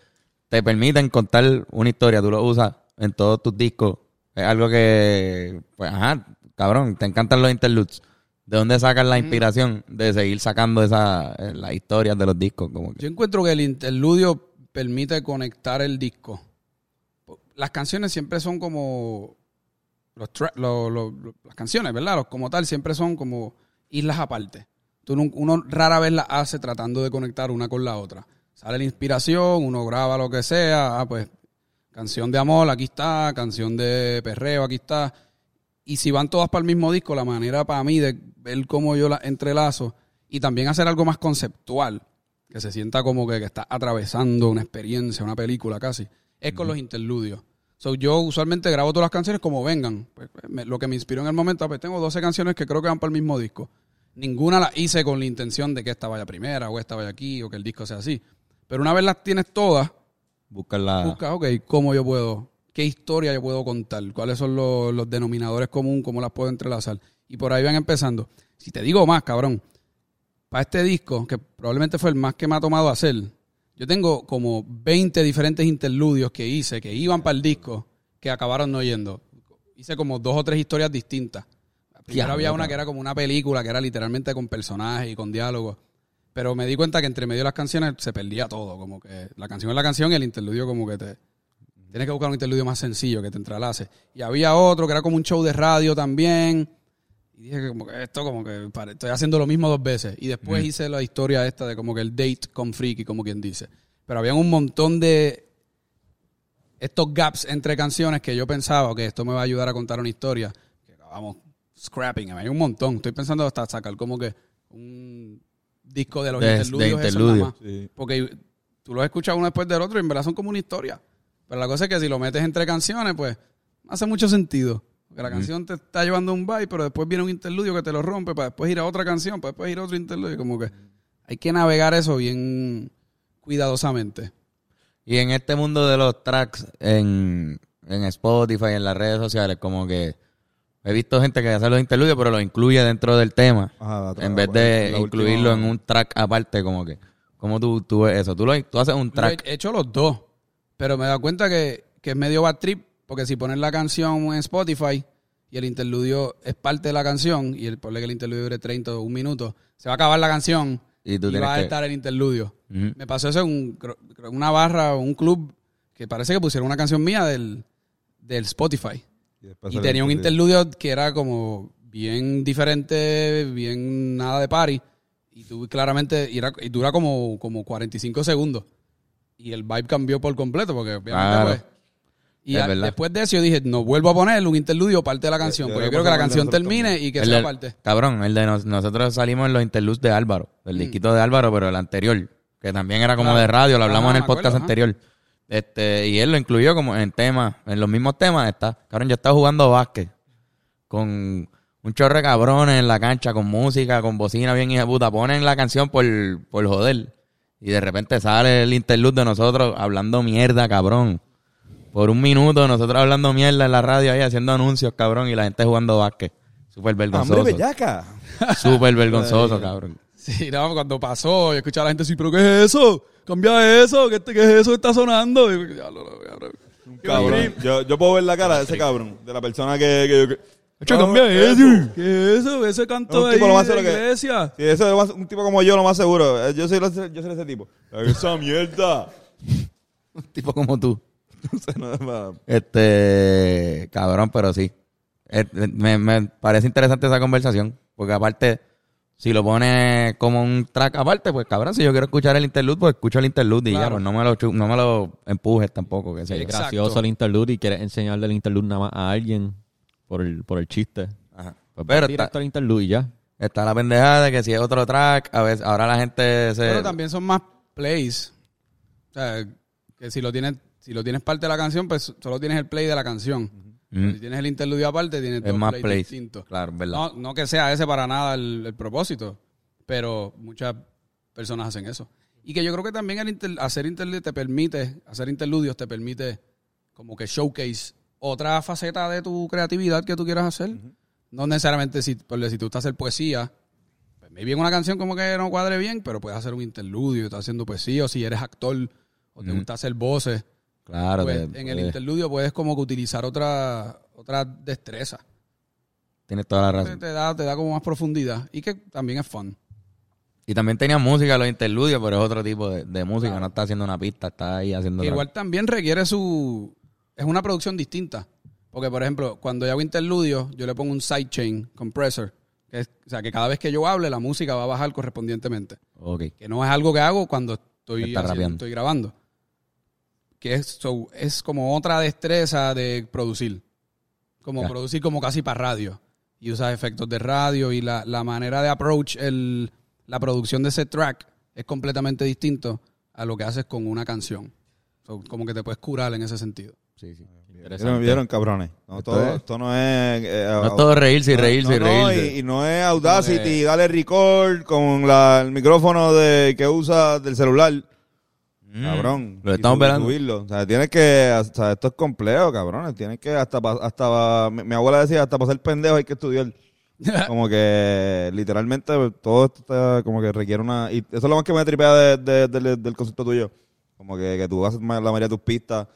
Speaker 2: Te permiten contar una historia, tú lo usas en todos tus discos. Es algo que... Pues, ajá, cabrón, te encantan los interludes. ¿De dónde sacas
Speaker 1: Mm.
Speaker 2: la inspiración de seguir sacando esa, eh, las historias de los discos? Como que...
Speaker 3: Yo encuentro que el interludio permite conectar el disco. Las canciones siempre son como. Los tra- lo- lo- lo- las canciones, ¿verdad? Los, como tal, siempre son como islas aparte. Tú nun- uno rara vez las hace tratando de conectar una con la otra. Sale la inspiración, uno graba lo que sea. Ah, pues, canción de amor, aquí está. Canción de perreo, aquí está. Y si van todas para el mismo disco, la manera para mí de ver cómo yo las entrelazo y también hacer algo más conceptual, que se sienta como que, que está atravesando una experiencia, una película casi, es con los interludios. So, yo usualmente grabo todas las canciones como vengan. Pues, pues, me- lo que me inspiró en el momento, pues tengo 12 canciones que creo que van para el mismo disco. Ninguna la hice con la intención de que esta vaya primera o esta vaya aquí o que el disco sea así. Pero una vez las tienes todas,
Speaker 2: Buscas la...
Speaker 3: buscas, ok, cómo yo puedo, qué historia yo puedo contar, cuáles son los, los denominadores comunes, cómo las puedo entrelazar. Y por ahí van empezando. Si te digo más, cabrón, para este disco, que probablemente fue el más que me ha tomado hacer, yo tengo como 20 diferentes interludios que hice, que iban para el disco, que acabaron no yendo. Hice como dos o tres historias distintas. Primero
Speaker 2: Diablo,
Speaker 3: había una
Speaker 2: cabrón.
Speaker 3: que era como una película, que era literalmente con personajes y con diálogos. Pero me di cuenta que entre medio de las canciones se perdía todo. Como que la canción es la canción y el interludio como que te... Tienes que buscar un interludio más sencillo que te entrelace. Y había otro que era como un show de radio también. Y dije que como que esto como que pare- estoy haciendo lo mismo dos veces. Y después hice la historia esta de como que el date con Friki, como quien dice. Pero había un montón de estos gaps entre canciones que yo pensaba que esto me va a ayudar a contar una historia. Que acabamos scrapping. Hay un montón. Estoy pensando hasta sacar como que un disco de los
Speaker 2: De- de
Speaker 3: interludios. esos
Speaker 2: interludio.
Speaker 3: nada más. Porque tú los escuchas uno después del otro y en verdad son como una historia. Pero la cosa es que si lo metes entre canciones, pues no hace mucho sentido. Porque la canción te está llevando a un bye, pero después viene un interludio que te lo rompe para después ir a otra canción, para después ir a otro interludio. Como que hay que navegar eso bien cuidadosamente.
Speaker 2: Y en este mundo de los tracks, en, en Spotify, en las redes sociales, como que he visto gente que hace los interludios, pero los incluye dentro del tema.
Speaker 1: Ajá, la-
Speaker 2: en vez
Speaker 1: Ah, la-
Speaker 2: de
Speaker 1: la
Speaker 2: incluirlo
Speaker 1: última-
Speaker 2: en un track aparte, como que. ¿Cómo tú, tú ves eso? Tú, lo, tú haces un
Speaker 3: Yo
Speaker 2: track.
Speaker 3: He hecho los dos, pero me he dado cuenta que, que es medio bad trip, porque si pones la canción en Spotify y el interludio es parte de la canción, y el, ponle que el interludio dure 30 o un minuto, se va a acabar la canción
Speaker 2: Y tú
Speaker 3: y
Speaker 2: tienes
Speaker 3: va a
Speaker 2: que-
Speaker 3: estar el interludio.
Speaker 2: Ujú.
Speaker 3: Me pasó eso en un- creo- creo una barra o un club que parece que pusieron una canción mía del, del Spotify.
Speaker 1: Y, después
Speaker 3: Y
Speaker 1: sale
Speaker 3: tenía un
Speaker 1: el-
Speaker 3: interludio que era como bien diferente, bien nada de party. Y tú claramente, y, era- y dura como, como 45 segundos. Y el vibe cambió por completo, porque obviamente
Speaker 2: Claro.
Speaker 3: pues. Y
Speaker 2: Es
Speaker 3: a-
Speaker 2: verdad.
Speaker 3: después de eso yo dije, no vuelvo a poner un interludio parte de la canción.
Speaker 1: yo
Speaker 3: Pues
Speaker 1: le
Speaker 3: yo quiero que la
Speaker 1: puse
Speaker 3: canción
Speaker 1: parte de nosotros
Speaker 3: termine y que
Speaker 2: El
Speaker 3: sea
Speaker 2: de-
Speaker 3: parte.
Speaker 2: Cabrón, el de nos- nosotros salimos en los interludes de Álvaro, del disquito de Álvaro, pero el anterior, que también era como
Speaker 3: Mm. Claro.
Speaker 2: de radio, lo
Speaker 3: Ajá,
Speaker 2: hablamos en el
Speaker 3: me
Speaker 2: podcast
Speaker 3: acuerdo, ajá.
Speaker 2: anterior. Este, y él lo incluyó como en temas, en los mismos temas está. Cabrón, yo estaba jugando básquet con un chorro de cabrones en la cancha, con música, con bocina bien hija de puta. Ponen la canción por, por joder. Y de repente sale el interlude de nosotros hablando mierda, cabrón. Por un minuto nosotros hablando mierda en la radio ahí, haciendo anuncios, cabrón, y la gente jugando básquet. Súper vergonzoso.
Speaker 1: ¡Hombre, pues bellaca!
Speaker 2: Súper vergonzoso, cabrón.
Speaker 3: Sí, no, cuando pasó, yo escuchaba a la gente decir, pero ¿qué es eso? Cambia eso, ¿qué, este- qué es eso que está sonando? Y yo, "Diablo, no, cabrón".
Speaker 1: Cabrón. Yo, yo puedo ver la cara de ese cabrón, de la persona que, que yo... eh, que-
Speaker 3: Hecho,
Speaker 1: Cabrón,
Speaker 3: cambia
Speaker 1: ¿qué es
Speaker 3: eso. ¿Qué es eso? Ese canto
Speaker 1: Un
Speaker 3: ahí
Speaker 1: tipo
Speaker 3: de
Speaker 1: lo más seguro que-
Speaker 3: iglesia.
Speaker 1: Si eso es lo más- un tipo como yo, lo más seguro. Eh, Yo soy, lo- yo soy ese tipo. ¡Esa mierda!
Speaker 2: Un tipo como tú.
Speaker 1: O sea, no, no, no.
Speaker 2: Este, cabrón, pero sí. Eh, eh, Me, me parece interesante esa conversación, porque aparte, si lo pones como un track aparte, pues cabrón, si yo quiero escuchar el interlude, pues escucho el interlude y ya,
Speaker 3: Claro.
Speaker 2: pues no me lo, chu- no me lo empujes tampoco, qué sé
Speaker 4: Es
Speaker 2: yo.
Speaker 3: Exacto.
Speaker 4: gracioso el interlude y quieres enseñarle el interlude nada más a alguien por el, por el chiste.
Speaker 2: Ajá.
Speaker 4: Pues
Speaker 2: Pero
Speaker 4: Pero
Speaker 2: está,
Speaker 4: directo al interlude y ya.
Speaker 2: está la pendejada de que si es otro track, a veces ahora la gente se...
Speaker 3: Pero también son más plays. O sea, que si lo tienes, si lo tienes parte de la canción, pues solo tienes el play de la canción.
Speaker 2: Mm.
Speaker 3: Si tienes el interludio aparte, tienes
Speaker 2: es
Speaker 3: dos
Speaker 2: más
Speaker 3: plays
Speaker 2: plays.
Speaker 3: distintos.
Speaker 2: Claro, verdad.
Speaker 3: No, no que sea ese para nada el, el propósito, pero muchas personas hacen eso. Y que yo creo que también el inter- hacer interludio te permite, hacer interludios te permite como que showcase otra faceta de tu creatividad que tú quieras hacer. No necesariamente si, por decir, tú estás hacer poesía, pues maybe en una canción como que no cuadre bien, pero puedes hacer un interludio, estás haciendo poesía, o si eres actor, o te gusta hacer voces,
Speaker 2: claro.
Speaker 3: pues
Speaker 2: te-
Speaker 3: en el
Speaker 2: eh,
Speaker 3: interludio puedes como que utilizar otra, otra destreza
Speaker 2: Tienes toda la
Speaker 3: te,
Speaker 2: razón.
Speaker 3: te da, te da como más profundidad y que también es fun.
Speaker 2: Y también tenía música, los interludios, pero es otro tipo de, de música. No está haciendo una pista, está ahí haciendo
Speaker 3: Que
Speaker 2: otra-
Speaker 3: igual también requiere su... Es una producción distinta. Porque, por ejemplo, cuando yo hago interludio, yo le pongo un sidechain compressor. Que es- o sea, que cada vez que yo hable, la música va a bajar correspondientemente.
Speaker 2: Ok.
Speaker 3: Que no es algo que hago cuando estoy,
Speaker 2: Está
Speaker 3: haciendo-
Speaker 2: rapeando.
Speaker 3: estoy grabando. Que es, so, es como otra destreza de producir. Como
Speaker 2: Ya.
Speaker 3: producir como casi para radio. Y usas efectos de radio y la, la manera de approach el, la producción de ese track es completamente distinto a lo que haces con una canción. So, como que te puedes curar en ese sentido.
Speaker 2: Sí, sí.
Speaker 1: ¿Vieron,
Speaker 4: Interesante.
Speaker 1: vieron, cabrones? No,
Speaker 2: Esto
Speaker 1: todo,
Speaker 2: es-
Speaker 1: esto no es... eh,
Speaker 2: No es todo reírse y
Speaker 1: no,
Speaker 2: reírse y
Speaker 1: no, no,
Speaker 2: reírse.
Speaker 1: y, y no es Audacity, dale record con la- el micrófono de, que usa del celular.
Speaker 2: Mm.
Speaker 1: Cabrón.
Speaker 2: Lo
Speaker 1: Y
Speaker 2: estamos
Speaker 1: sub-
Speaker 2: velando.
Speaker 1: subirlo. O sea, tienes que... O sea, esto es complejo, cabrones. Tienes que hasta... pa- hasta mi, mi abuela decía, hasta para ser pendejo hay que estudiar. como que literalmente todo esto está como que requiere una... Y eso es lo más que me tripea de- de- de- del concepto tuyo. Como que, que tú haces ma- la mayoría de tus pistas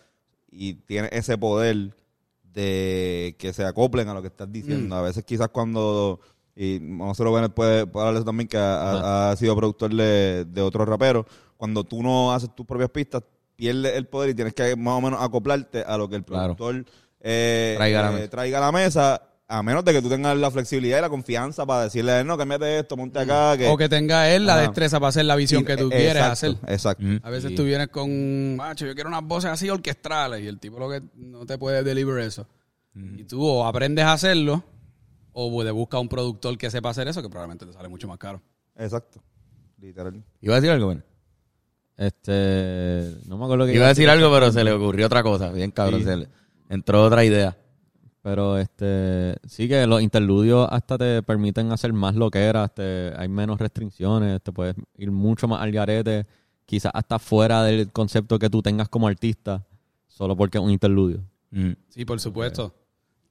Speaker 1: y tienes ese poder de que se acoplen a lo que estás diciendo.
Speaker 2: Mm.
Speaker 1: A veces quizás cuando... Y nosotros ven puede, puede hablar de eso también que ha, ha- ha sido productor de, de otros raperos. Cuando tú no haces tus propias pistas, pierdes el poder y tienes que más o menos acoplarte a lo que el
Speaker 2: Claro.
Speaker 1: productor eh,
Speaker 2: Traiga a la
Speaker 1: eh,
Speaker 2: mesa.
Speaker 1: traiga a la mesa. A menos de que tú tengas la flexibilidad y la confianza para decirle, a él, no, cámbiate esto, monte acá. Que,
Speaker 3: Mm. O que tenga él la
Speaker 1: Ajá.
Speaker 3: destreza para hacer la visión
Speaker 1: y-
Speaker 3: que tú
Speaker 1: eh,
Speaker 3: quieres
Speaker 1: exacto,
Speaker 3: hacer.
Speaker 1: Exacto.
Speaker 2: Mm.
Speaker 3: A veces tú vienes con, macho, yo quiero unas voces así orquestrales y el tipo lo que no te puede deliver eso. Y tú o aprendes a hacerlo o de busca un productor que sepa hacer eso, que probablemente te sale mucho más caro.
Speaker 1: Exacto. Literal.
Speaker 2: Iba a decir algo, bueno.
Speaker 4: Este, no me acuerdo qué
Speaker 2: Iba a decir algo, pero se le ocurrió otra cosa. Bien cabrón.
Speaker 4: Sí.
Speaker 2: se le- entró otra idea.
Speaker 4: Pero este, sí que los interludios hasta te permiten hacer más lo que era, este, hay menos restricciones, te puedes ir mucho más al garete, quizás hasta fuera del concepto que tú tengas como artista, solo porque es un interludio.
Speaker 2: Mm.
Speaker 3: Sí, por supuesto.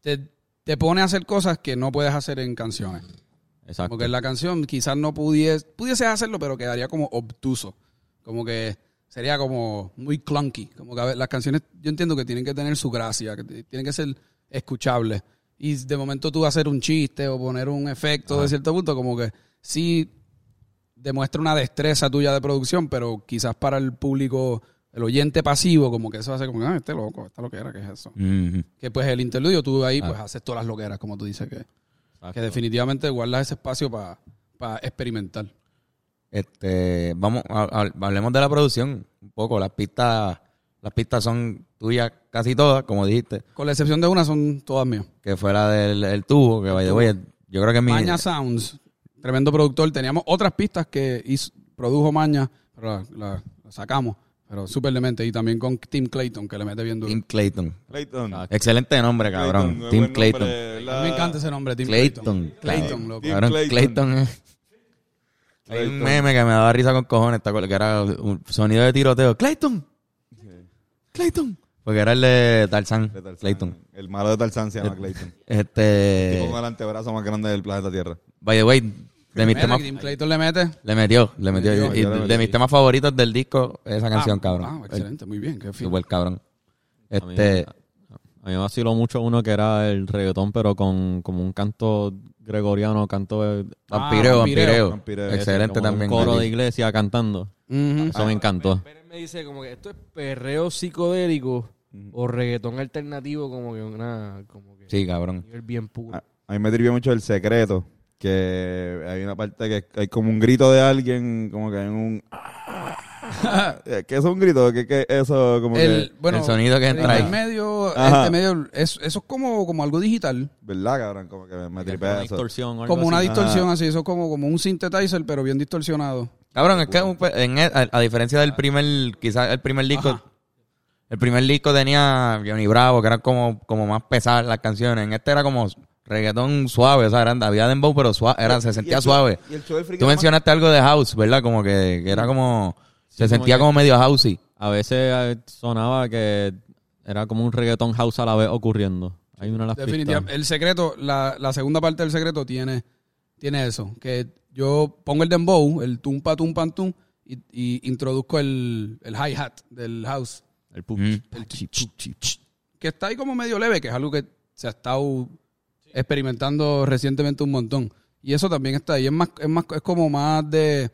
Speaker 3: Te, te pone a hacer cosas que no puedes hacer en canciones.
Speaker 4: Exacto.
Speaker 3: Porque en la canción quizás no pudies, pudieses hacerlo, pero quedaría como obtuso. Como que sería como muy clunky. Como que a ver, las canciones, yo entiendo que tienen que tener su gracia, que t- tienen que ser escuchables. Y de momento tú hacer un chiste o poner un efecto de cierto punto, como que sí demuestra una destreza tuya de producción, pero quizás para el público, el oyente pasivo, como que eso hace como, ah, este loco, esta loquera, ¿qué es eso?
Speaker 2: Ujú.
Speaker 3: Que pues el interludio, tú ahí pues haces todas las loqueras, como tú dices, que, que definitivamente guardas ese espacio para experimentar.
Speaker 2: Este, vamos, ha- ha- hablemos de la producción un poco. Las pistas, las pistas son tuyas casi todas, como dijiste,
Speaker 3: Con la excepción de una, son todas mías.
Speaker 2: que fue la del el tubo, que by the way, yo creo que es mi
Speaker 3: Maña Sounds, tremendo productor. Teníamos otras pistas que hizo- produjo Maña, pero la, la- la sacamos. Pero súper demente. Y también con Tim Clayton, que le mete bien duro.
Speaker 2: Tim Clayton.
Speaker 1: Clayton.
Speaker 3: Ah,
Speaker 2: Excelente nombre, cabrón.
Speaker 1: Clayton,
Speaker 2: Tim
Speaker 1: buen
Speaker 2: Clayton.
Speaker 1: nombre,
Speaker 3: A
Speaker 1: la-
Speaker 3: mí me encanta ese nombre, Tim
Speaker 2: Clayton.
Speaker 3: Clayton. Clayton, loco.
Speaker 1: Tim
Speaker 2: Cabrón,
Speaker 1: Clayton.
Speaker 2: Clayton es- Hay un
Speaker 1: Clayton.
Speaker 2: meme que me daba risa con cojones, ¿te acuerdas? que era un sonido de tiroteo. ¡Clayton! ¡Clayton! Porque era el de Tarzán.
Speaker 1: de Tarzán.
Speaker 2: Clayton.
Speaker 1: El malo de Tarzán
Speaker 3: Eh,
Speaker 1: se llama Clayton.
Speaker 2: Este...
Speaker 1: Tipo con el antebrazo más grande del planeta Tierra.
Speaker 2: By the way, de mis
Speaker 3: Mete,
Speaker 2: temas...
Speaker 3: que Tim Clayton le mete.
Speaker 2: Le metió, le metió.
Speaker 3: Metió.
Speaker 2: Y de mis temas favoritos del disco, esa canción,
Speaker 3: Ah,
Speaker 2: cabrón.
Speaker 3: Ah, excelente, muy bien. Qué
Speaker 2: El-
Speaker 3: fin.
Speaker 2: Super cabrón.
Speaker 4: A mí,
Speaker 2: Este...
Speaker 4: a mí me vaciló mucho uno que era el reggaetón, pero con como un canto gregoriano, canto de,
Speaker 2: Vampireo,
Speaker 3: Ah,
Speaker 2: vampireo.
Speaker 3: Vampireo.
Speaker 1: Vampireo.
Speaker 2: Excelente
Speaker 4: como
Speaker 2: Este también.
Speaker 4: Un coro
Speaker 2: Aquí.
Speaker 4: de iglesia cantando.
Speaker 3: Ujú.
Speaker 4: Eso me encantó.
Speaker 5: Pérez me dice como que esto es perreo psicodélico o reggaetón alternativo como que una como que
Speaker 2: Sí, cabrón.
Speaker 5: nivel bien puro.
Speaker 1: A, a mí me sirvió mucho el secreto. Que hay una parte que hay como un grito de alguien, como que hay un. ¿Qué es un grito? ¿Qué, qué eso? Como
Speaker 3: El,
Speaker 1: que.
Speaker 3: bueno,
Speaker 2: el sonido que entra
Speaker 3: el
Speaker 2: ahí.
Speaker 3: medio,
Speaker 1: Ajá.
Speaker 3: este medio, eso, eso es como, como algo digital,
Speaker 1: ¿Verdad, cabrón? Como que me, me tripea
Speaker 4: Una
Speaker 1: eso.
Speaker 4: distorsión o algo
Speaker 3: como una
Speaker 4: así.
Speaker 3: distorsión así, eso es como, como un synthetizer, pero bien distorsionado.
Speaker 2: Cabrón, es que un pe- en el- a, a diferencia del primer, quizás el primer disco,
Speaker 3: Ajá.
Speaker 2: el primer disco tenía Johnny Bravo, que eran como, como más pesadas las canciones. En este era como reggaetón suave, o sea, eran, había dembow, pero suave, era, se sentía suave.
Speaker 1: Y el show del friki
Speaker 2: Tú mencionaste algo de house, ¿verdad? Como que, que era como, se
Speaker 4: como
Speaker 2: sentía
Speaker 4: que-
Speaker 2: como medio housey.
Speaker 4: A veces eh, sonaba que era como un reggaetón house a la vez ocurriendo. Hay una de las
Speaker 3: Definitivamente.
Speaker 4: pistas.
Speaker 3: El secreto, la, la segunda parte del secreto tiene, tiene eso. Que yo pongo el dembow, el tumpa tum pan tum, y, y introduzco el, el hi-hat del house.
Speaker 4: El pu-
Speaker 2: Mm.
Speaker 3: El chi- chi- chi- chi, que está ahí como medio leve, que es algo que se ha estado experimentando recientemente un montón. Y eso también está ahí. Es más, es más, es como más de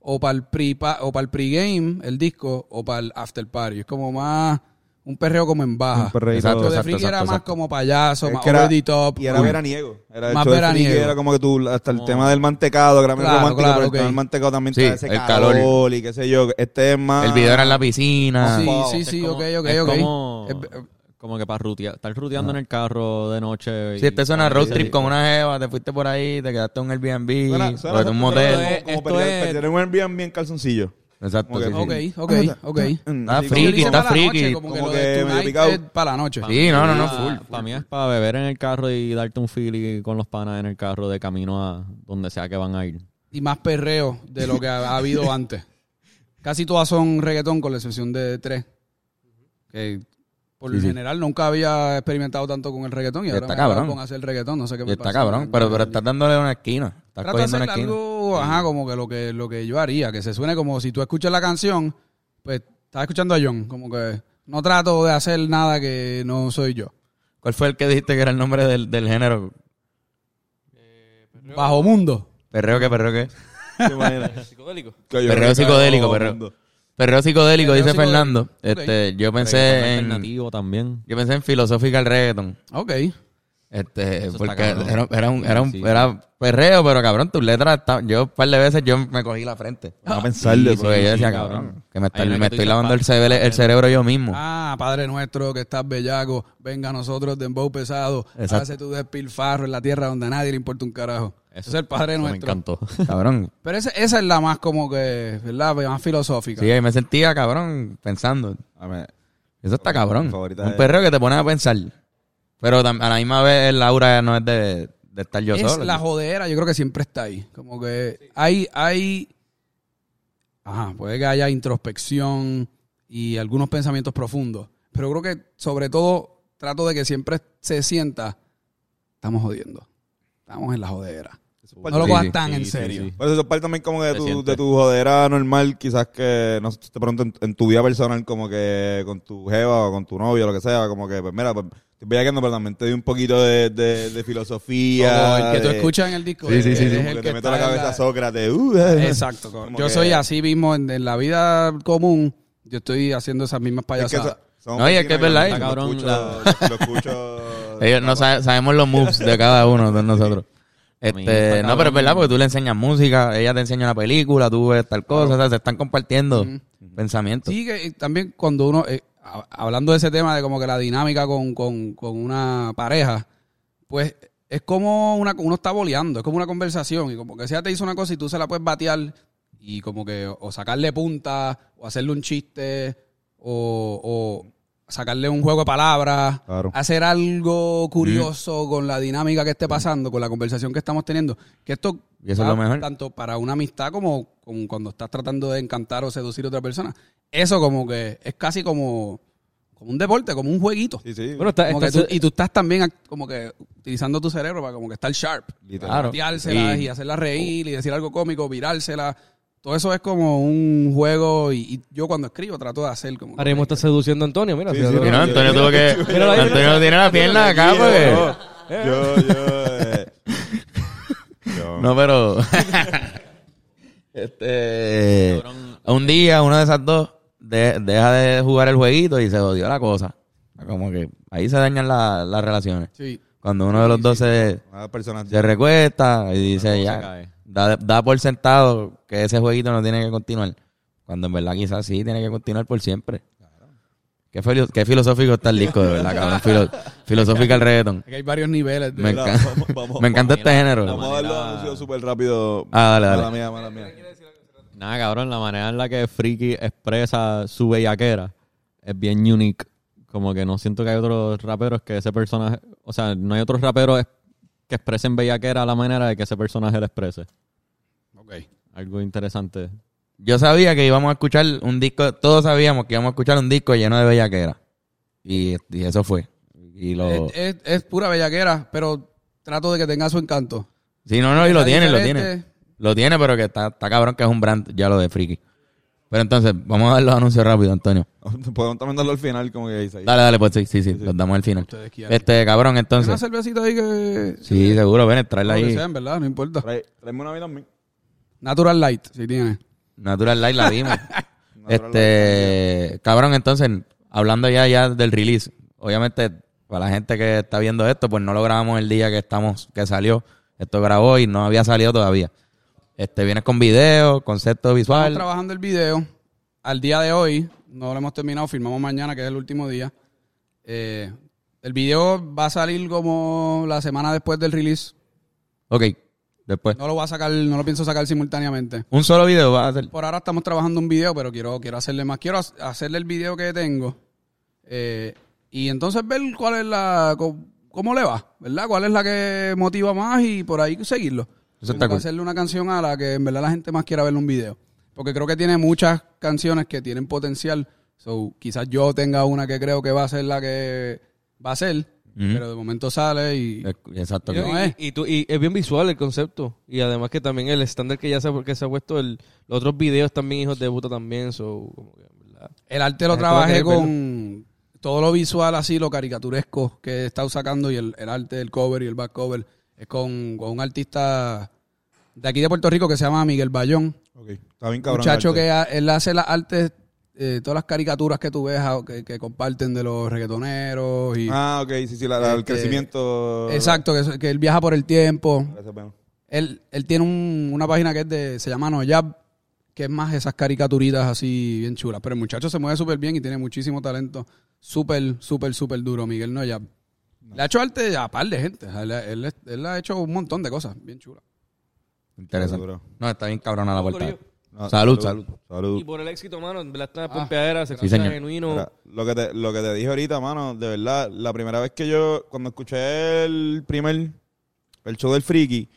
Speaker 3: o para el pre o para el pregame el disco o para el after party. Es como más un perreo como en baja.
Speaker 1: Un perreíto.
Speaker 2: Exacto,
Speaker 3: Lo de
Speaker 2: exacto.
Speaker 3: Friki era más como payaso,
Speaker 1: Es
Speaker 3: más
Speaker 1: que era-
Speaker 3: over the top.
Speaker 1: Y era
Speaker 3: Uy.
Speaker 1: veraniego. Era el
Speaker 3: Más
Speaker 1: show del friki,
Speaker 3: veraniego.
Speaker 1: Era como que tú, hasta el tema del mantecado, que era bien
Speaker 3: Claro,
Speaker 1: romántico,
Speaker 3: claro,
Speaker 1: pero
Speaker 3: ok.
Speaker 1: el tema del mantecado también
Speaker 2: Sí,
Speaker 1: trae ese
Speaker 2: el
Speaker 1: calor,
Speaker 2: calor.
Speaker 1: y qué sé yo. Este es más.
Speaker 2: El video era en la piscina.
Speaker 3: Ah, Sí,
Speaker 1: Wow.
Speaker 3: sí, sí,
Speaker 4: Es como-
Speaker 3: ok, ok,
Speaker 4: es
Speaker 3: ok.
Speaker 4: Como,
Speaker 3: Es- eh,
Speaker 4: como que para rutear, estar ruteando en el carro de noche. y-
Speaker 2: Si te suena road
Speaker 4: Sí.
Speaker 2: trip con una jeva, te fuiste por ahí, te quedaste en un Airbnb,
Speaker 1: Suena-
Speaker 2: o
Speaker 1: suena
Speaker 2: en un
Speaker 1: como-
Speaker 2: motel.
Speaker 1: como-
Speaker 5: Esto
Speaker 1: Como perder-
Speaker 5: es-
Speaker 1: perder en un Airbnb en calzoncillo.
Speaker 2: Exacto,
Speaker 1: Ok,
Speaker 2: sí, sí.
Speaker 3: Ok, ok, ok.
Speaker 2: Ah,
Speaker 1: Así
Speaker 2: friki,
Speaker 3: Yo lo hice
Speaker 2: está
Speaker 3: para la noche,
Speaker 2: friki.
Speaker 3: Como que
Speaker 1: Como
Speaker 3: lo
Speaker 1: que
Speaker 3: de
Speaker 1: medio
Speaker 3: Tonight
Speaker 1: picado.
Speaker 3: es para la noche.
Speaker 2: Sí, no,
Speaker 4: Ah,
Speaker 2: no, no, full.
Speaker 4: Para mí es para beber en el carro y darte un feeling con los panas en el carro de camino a donde sea que van a ir.
Speaker 3: y más perreo de lo que ha ha habido antes. Casi todas son reggaetón con la excepción de tres. Que por
Speaker 2: Sí, sí.
Speaker 3: general nunca había experimentado tanto con el reggaetón y,
Speaker 2: Y
Speaker 3: ahora
Speaker 2: está
Speaker 3: me agarro
Speaker 2: cabrón.
Speaker 3: con hacer reggaetón, no sé qué
Speaker 2: Y
Speaker 3: me
Speaker 2: está
Speaker 3: pasa.
Speaker 2: cabrón, pero, pero estás dándole una esquina. Estás
Speaker 3: Trato de
Speaker 2: cogiendo
Speaker 3: hacer
Speaker 2: una esquina.
Speaker 3: algo, ajá, como que lo que lo que yo haría, que se suene como si tú escuchas la canción, pues estás escuchando a John, como que no trato de hacer nada que no soy yo.
Speaker 2: ¿Cuál fue el que dijiste que era el nombre del, del género?
Speaker 3: Bajo mundo.
Speaker 2: Perreo que perreo que.
Speaker 5: Psicodélico.
Speaker 2: Perreo psicodélico, perreo. Perreo psicodélico,
Speaker 5: Perreo
Speaker 2: dice
Speaker 5: psicodélico.
Speaker 2: Fernando. Este, yo pensé
Speaker 4: Reggaetón
Speaker 2: en
Speaker 4: alternativo también.
Speaker 2: yo pensé en philosophical reggaeton.
Speaker 3: Ok.
Speaker 2: Este,
Speaker 4: está
Speaker 2: porque
Speaker 4: cabrón.
Speaker 2: era, era un, era un-
Speaker 4: Sí.
Speaker 2: era perreo, pero cabrón, tus letras estaban- yo un par de veces yo me cogí la frente.
Speaker 1: A pensarlo.
Speaker 2: Sí, porque
Speaker 4: sí,
Speaker 2: yo decía,
Speaker 4: sí,
Speaker 2: cabrón,
Speaker 4: cabrón.
Speaker 2: que me, está-
Speaker 4: Hay una
Speaker 2: me
Speaker 4: que tú
Speaker 2: estoy
Speaker 4: dices, "Ah,
Speaker 2: lavando
Speaker 4: pa-
Speaker 2: el cerebro, el cerebro yo mismo.
Speaker 3: Ah, Padre nuestro que estás bellaco, venga a nosotros dembow pesado,
Speaker 2: Exacto.
Speaker 3: hace tu despilfarro en la tierra donde a nadie le importa un carajo. Ese es el Padre
Speaker 4: Eso me
Speaker 3: nuestro.
Speaker 4: encantó.
Speaker 2: Cabrón.
Speaker 3: Pero esa, esa es la más como que, ¿verdad? Más filosófica.
Speaker 2: Sí, ahí me sentía, cabrón, pensando. Eso está cabrón.
Speaker 1: Mi favorita
Speaker 2: Un
Speaker 1: es-
Speaker 2: perreo que te pone a pensar. Pero tam- a la misma vez Laura no es de, de estar yo
Speaker 3: es
Speaker 2: solo.
Speaker 3: la jodera, yo creo que siempre está ahí. Como que hay, hay, ajá, puede que haya introspección y algunos pensamientos profundos. Pero creo que sobre todo trato de que siempre se sienta, estamos jodiendo, estamos en la jodera. No lo
Speaker 2: Sí,
Speaker 3: cojas
Speaker 2: sí,
Speaker 3: tan
Speaker 4: sí,
Speaker 3: en
Speaker 4: sí,
Speaker 3: serio.
Speaker 4: sí.
Speaker 1: Por eso eso es parte también como que de
Speaker 4: Se
Speaker 1: tu,
Speaker 4: siente.
Speaker 1: de tu jodera normal, quizás que, no sé, de pronto en, en tu vida personal, como que con tu jeva o con tu novio, lo que sea, como que, pues mira, pues, Estoy bellaqueando, pero también te doy un poquito de, de- de
Speaker 3: Como
Speaker 1: filosofía.
Speaker 3: el que tú
Speaker 1: de-
Speaker 3: escuchas en el disco.
Speaker 1: Sí, sí, sí.
Speaker 3: eres
Speaker 1: sí,
Speaker 3: el
Speaker 1: porque
Speaker 3: que
Speaker 1: te meto
Speaker 3: está
Speaker 1: la
Speaker 3: en
Speaker 1: cabeza Sócrates. uh, eh.
Speaker 3: Exacto.
Speaker 1: Como
Speaker 3: Yo
Speaker 1: que-
Speaker 3: soy así mismo en, en la vida común. Yo estoy haciendo esas mismas
Speaker 1: Es que
Speaker 3: payasadas.
Speaker 1: so- son
Speaker 2: No, y es que es
Speaker 1: vecinos,
Speaker 2: verdad,
Speaker 1: yo
Speaker 2: eh.
Speaker 1: Lo escucho. Lo escucho
Speaker 2: Ellos no sabe- sabemos los moves de cada uno de nosotros. Este, no, pero es verdad, porque tú le enseñas música, ella te enseña una película, tú ves tal cosa, o sea, se están compartiendo pensamientos.
Speaker 3: Sí, que eh, también cuando uno, eh, hab- hablando de ese tema de como que la dinámica con, con- con una pareja, pues es como una, uno está boleando, es como una conversación y como que sea te hizo una cosa y tú se la puedes batear y como que o- o sacarle punta o hacerle un chiste o, o sacarle un juego de palabras,
Speaker 1: Claro.
Speaker 3: hacer algo curioso con la dinámica que esté pasando, con la conversación que estamos teniendo, que esto
Speaker 2: Y eso es lo
Speaker 3: va
Speaker 2: mejor.
Speaker 3: tanto para una amistad como, como cuando estás tratando de encantar o seducir a otra persona. Eso como que es casi como, como un deporte, como un jueguito.
Speaker 1: Sí, sí.
Speaker 5: Bueno, está,
Speaker 3: Como que
Speaker 5: está-
Speaker 3: tú- y tú estás también act- como que utilizando tu cerebro para como que estar sharp.
Speaker 1: literal.
Speaker 3: Pateárselas y,
Speaker 2: Y-
Speaker 3: hacerla reír y decir algo cómico, virársela. Todo eso es como un juego y, y yo cuando escribo trato de hacer como... que-
Speaker 5: Haremos está seduciendo a Antonio, mira.
Speaker 1: Sí,
Speaker 5: fíjate.
Speaker 1: sí,
Speaker 2: Y no, Antonio tuvo que.
Speaker 5: Míralo ahí.
Speaker 2: Antonio tiene la pierna acá, pues.
Speaker 1: Yo,
Speaker 2: porque.
Speaker 1: yo, eh, yo-
Speaker 2: No, pero. este. Un día, uno de esas dos de- deja de jugar el jueguito y se odió la cosa. Como que ahí se dañan la- las relaciones.
Speaker 3: Sí.
Speaker 2: Cuando uno de los dos se,
Speaker 1: Una persona-
Speaker 2: se recuesta y dice
Speaker 4: se
Speaker 2: ya.
Speaker 4: cae.
Speaker 2: Da, da por sentado que ese jueguito no tiene que continuar. Cuando en verdad quizás sí tiene que continuar por siempre. Qué, filo- qué filosófico está el disco, de verdad, cabrón. Filo- filosófica el reggaeton.
Speaker 3: Es que hay varios niveles. de-
Speaker 2: Me,
Speaker 1: La-
Speaker 2: encanta-
Speaker 1: vamos- vamos-
Speaker 2: me encanta este género.
Speaker 1: Vamos a dar los anuncios súper rápido.
Speaker 2: Ah, dale, dale.
Speaker 1: Mala mía, mala mía.
Speaker 4: Nada, cabrón, la manera en la que Friki expresa su bellaquera es bien unique. Como que no siento que hay otros raperos que ese personaje. O sea, no hay otros raperos es- que expresen bellaquera a la manera de que ese personaje la exprese.
Speaker 3: Ok.
Speaker 4: Algo interesante.
Speaker 2: Yo sabía que íbamos a escuchar un disco, todos sabíamos que íbamos a escuchar un disco lleno de bellaquera. Y, y eso fue. Y lo...
Speaker 3: Es, es- es pura bellaquera, pero trato de que tenga su encanto.
Speaker 2: Sí, no, no, y lo
Speaker 3: Era
Speaker 2: tiene, lo
Speaker 3: diferente.
Speaker 2: tiene. Lo tiene, pero que está, está cabrón que es un brand ya lo de friki. Pero entonces, vamos a dar los anuncios rápido, Antonio.
Speaker 1: Podemos también darlo al final, como que dice ahí.
Speaker 2: Dale, dale, pues sí, sí, sí, los damos al final.
Speaker 3: Ustedes quieren.
Speaker 2: Este, cabrón,
Speaker 3: Hay una
Speaker 2: entonces.
Speaker 3: cervecita ahí que...
Speaker 2: Sí, seguro, ven,
Speaker 3: Lo
Speaker 2: tráela
Speaker 3: que
Speaker 2: ahí.
Speaker 3: sea, en verdad, no importa.
Speaker 1: Trae- Tráeme una vida a mí.
Speaker 3: Natural Light, si tiene.
Speaker 2: Natural Light la vimos.
Speaker 1: Natural
Speaker 2: este, cabrón, entonces, hablando ya, ya del release, obviamente, para la gente que está viendo esto, pues no lo grabamos el día que estamos, que salió. Esto grabó y no había salido todavía. Este, vienes con video, concepto
Speaker 3: Estamos
Speaker 2: visual.
Speaker 3: trabajando el video. Al día de hoy, no lo hemos terminado, firmamos mañana, que es el último día. Eh, el video va a salir como la semana después del release.
Speaker 2: Ok, después.
Speaker 3: No lo voy a sacar, no lo pienso sacar simultáneamente.
Speaker 2: Un solo video va a hacer.
Speaker 3: Por ahora estamos trabajando un video, pero quiero, quiero hacerle más. Quiero ha- hacerle el video que tengo. eh, y entonces ver cuál es la. co- Cómo, le va, ¿verdad? ¿Cuál es la que motiva más y por ahí seguirlo?
Speaker 2: Eso está
Speaker 3: Tengo que
Speaker 2: cool.
Speaker 3: hacerle una canción a la que en verdad la gente más quiera verle un video. Porque creo que tiene muchas canciones que tienen potencial. So, quizás yo tenga una que creo que va a ser la que va a ser, pero de momento sale y.
Speaker 2: Exacto.
Speaker 5: Y,
Speaker 3: No es.
Speaker 5: y- y tú- y es bien visual el concepto. Y además que también el estándar que ya se, que se ha puesto, el, los otros videos también, hijos de puta también. So, como que, en ¿verdad?
Speaker 3: El arte lo
Speaker 5: La gente va a
Speaker 3: trabajé
Speaker 5: querer
Speaker 3: con todo lo visual así, lo caricaturesco que he estado sacando y el, el arte del cover y el back cover es con, con un artista de aquí de Puerto Rico que se llama Miguel Bayón.
Speaker 1: Ok. Está bien cabrón.
Speaker 3: muchacho
Speaker 1: el arte.
Speaker 3: que ha- él hace las artes, eh, todas las caricaturas que tú ves ah, que, que comparten de los reggaetoneros y...
Speaker 1: Ah, ok, sí, sí, la- la- el
Speaker 3: Este,
Speaker 1: crecimiento.
Speaker 3: exacto, que, es- que él viaja por el tiempo.
Speaker 1: Gracias, bueno.
Speaker 3: Él, él tiene un- una página que es de, se llama Noyab, que es más esas caricaturitas así bien chulas. Pero el muchacho se mueve súper bien y tiene muchísimo talento. Súper, súper, súper duro, Miguel Noyab. Le ha hecho arte a par de gente. O sea, Él, él- él ha hecho un montón de cosas bien chulas.
Speaker 2: Interesante.
Speaker 1: Seguro.
Speaker 2: No, está bien cabrona la vuelta.
Speaker 1: No,
Speaker 2: Salud, salud.
Speaker 1: Salud.
Speaker 5: Y por el éxito, mano, en verdad está
Speaker 3: Ah,
Speaker 5: pompeadera, se
Speaker 2: señor.
Speaker 5: genuino.
Speaker 1: Mira, lo, que te, lo que te dije ahorita, mano, de verdad, la primera vez que yo, cuando escuché el primer, el show del friki,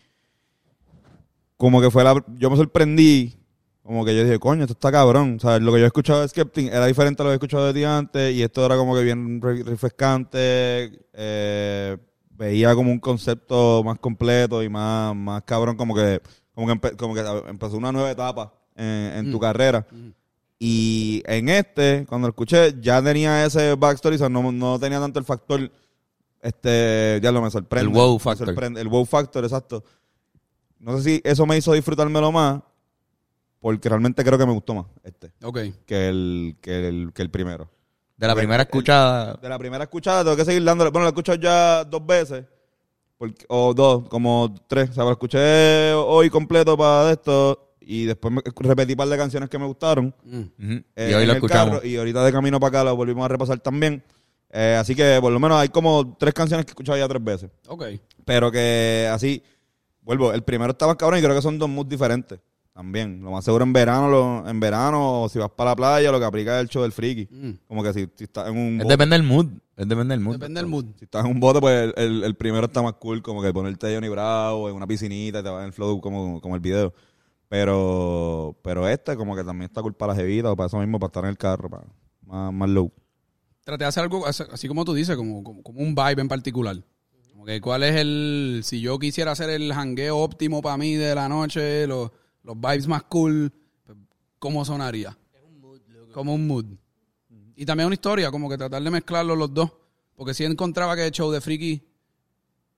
Speaker 1: como que fue la, yo me sorprendí, como que yo dije, coño, esto está cabrón, o sea, lo que yo he escuchado de Skeptic era diferente a lo que he escuchado de ti antes, y esto era como que bien re- refrescante, eh, veía como un concepto más completo y más, más cabrón, como que, como que, empe- como que empezó una nueva etapa en, en tu carrera. Y en este, cuando lo escuché, ya tenía ese backstory, o sea, no, no tenía tanto el factor Este, ya lo me sorprende.
Speaker 2: El wow
Speaker 1: Me
Speaker 2: factor.
Speaker 1: sorprende. El wow factor, exacto. No sé si eso me hizo disfrutármelo más, porque realmente creo que me gustó más este
Speaker 3: Ok.
Speaker 1: que el, que el, que el primero.
Speaker 2: De la primera escuchada.
Speaker 1: De la primera escuchada tengo que seguir dándole. Bueno, la he escuchado ya dos veces. porque- o dos, como tres. O sea, lo escuché hoy completo para esto. Y después me- repetí un par de canciones que me gustaron.
Speaker 3: Mm.
Speaker 2: Ujú.
Speaker 1: eh,
Speaker 2: y hoy
Speaker 1: en
Speaker 2: lo
Speaker 1: el carro,
Speaker 2: escuchamos.
Speaker 1: y ahorita de camino para acá lo volvimos a repasar también. Eh, así que por lo menos hay como tres canciones que he escuchado ya tres veces.
Speaker 3: Ok.
Speaker 1: Pero que así, vuelvo, el primero está más cabrón y creo que son dos moods diferentes. También, lo más seguro en verano, lo- en verano, o si vas para la playa, lo que aplica es el show del friki.
Speaker 3: Mm.
Speaker 1: Como que si, si estás en un
Speaker 2: Es
Speaker 1: bote-
Speaker 2: depende del mood. Es depende del mood.
Speaker 3: Depende del mood.
Speaker 1: si estás en un bote, pues el, el- el primero está más cool, como que ponerte Johnny Bravo en una piscinita y te vas en el flow como, como el video. Pero, pero este como que también está cool para la jevita o para eso mismo, para estar en el carro, para, más, más low.
Speaker 3: Traté de hacer algo as- así como tú dices, como, como, como un vibe en particular. Como que cuál es el. Si yo quisiera hacer el hangueo óptimo para mí de la noche, los, los vibes más cool, pues, ¿cómo sonaría? Como un mood. Y también una historia, como que tratar de mezclarlos los dos. Porque sí encontraba que el show de Friki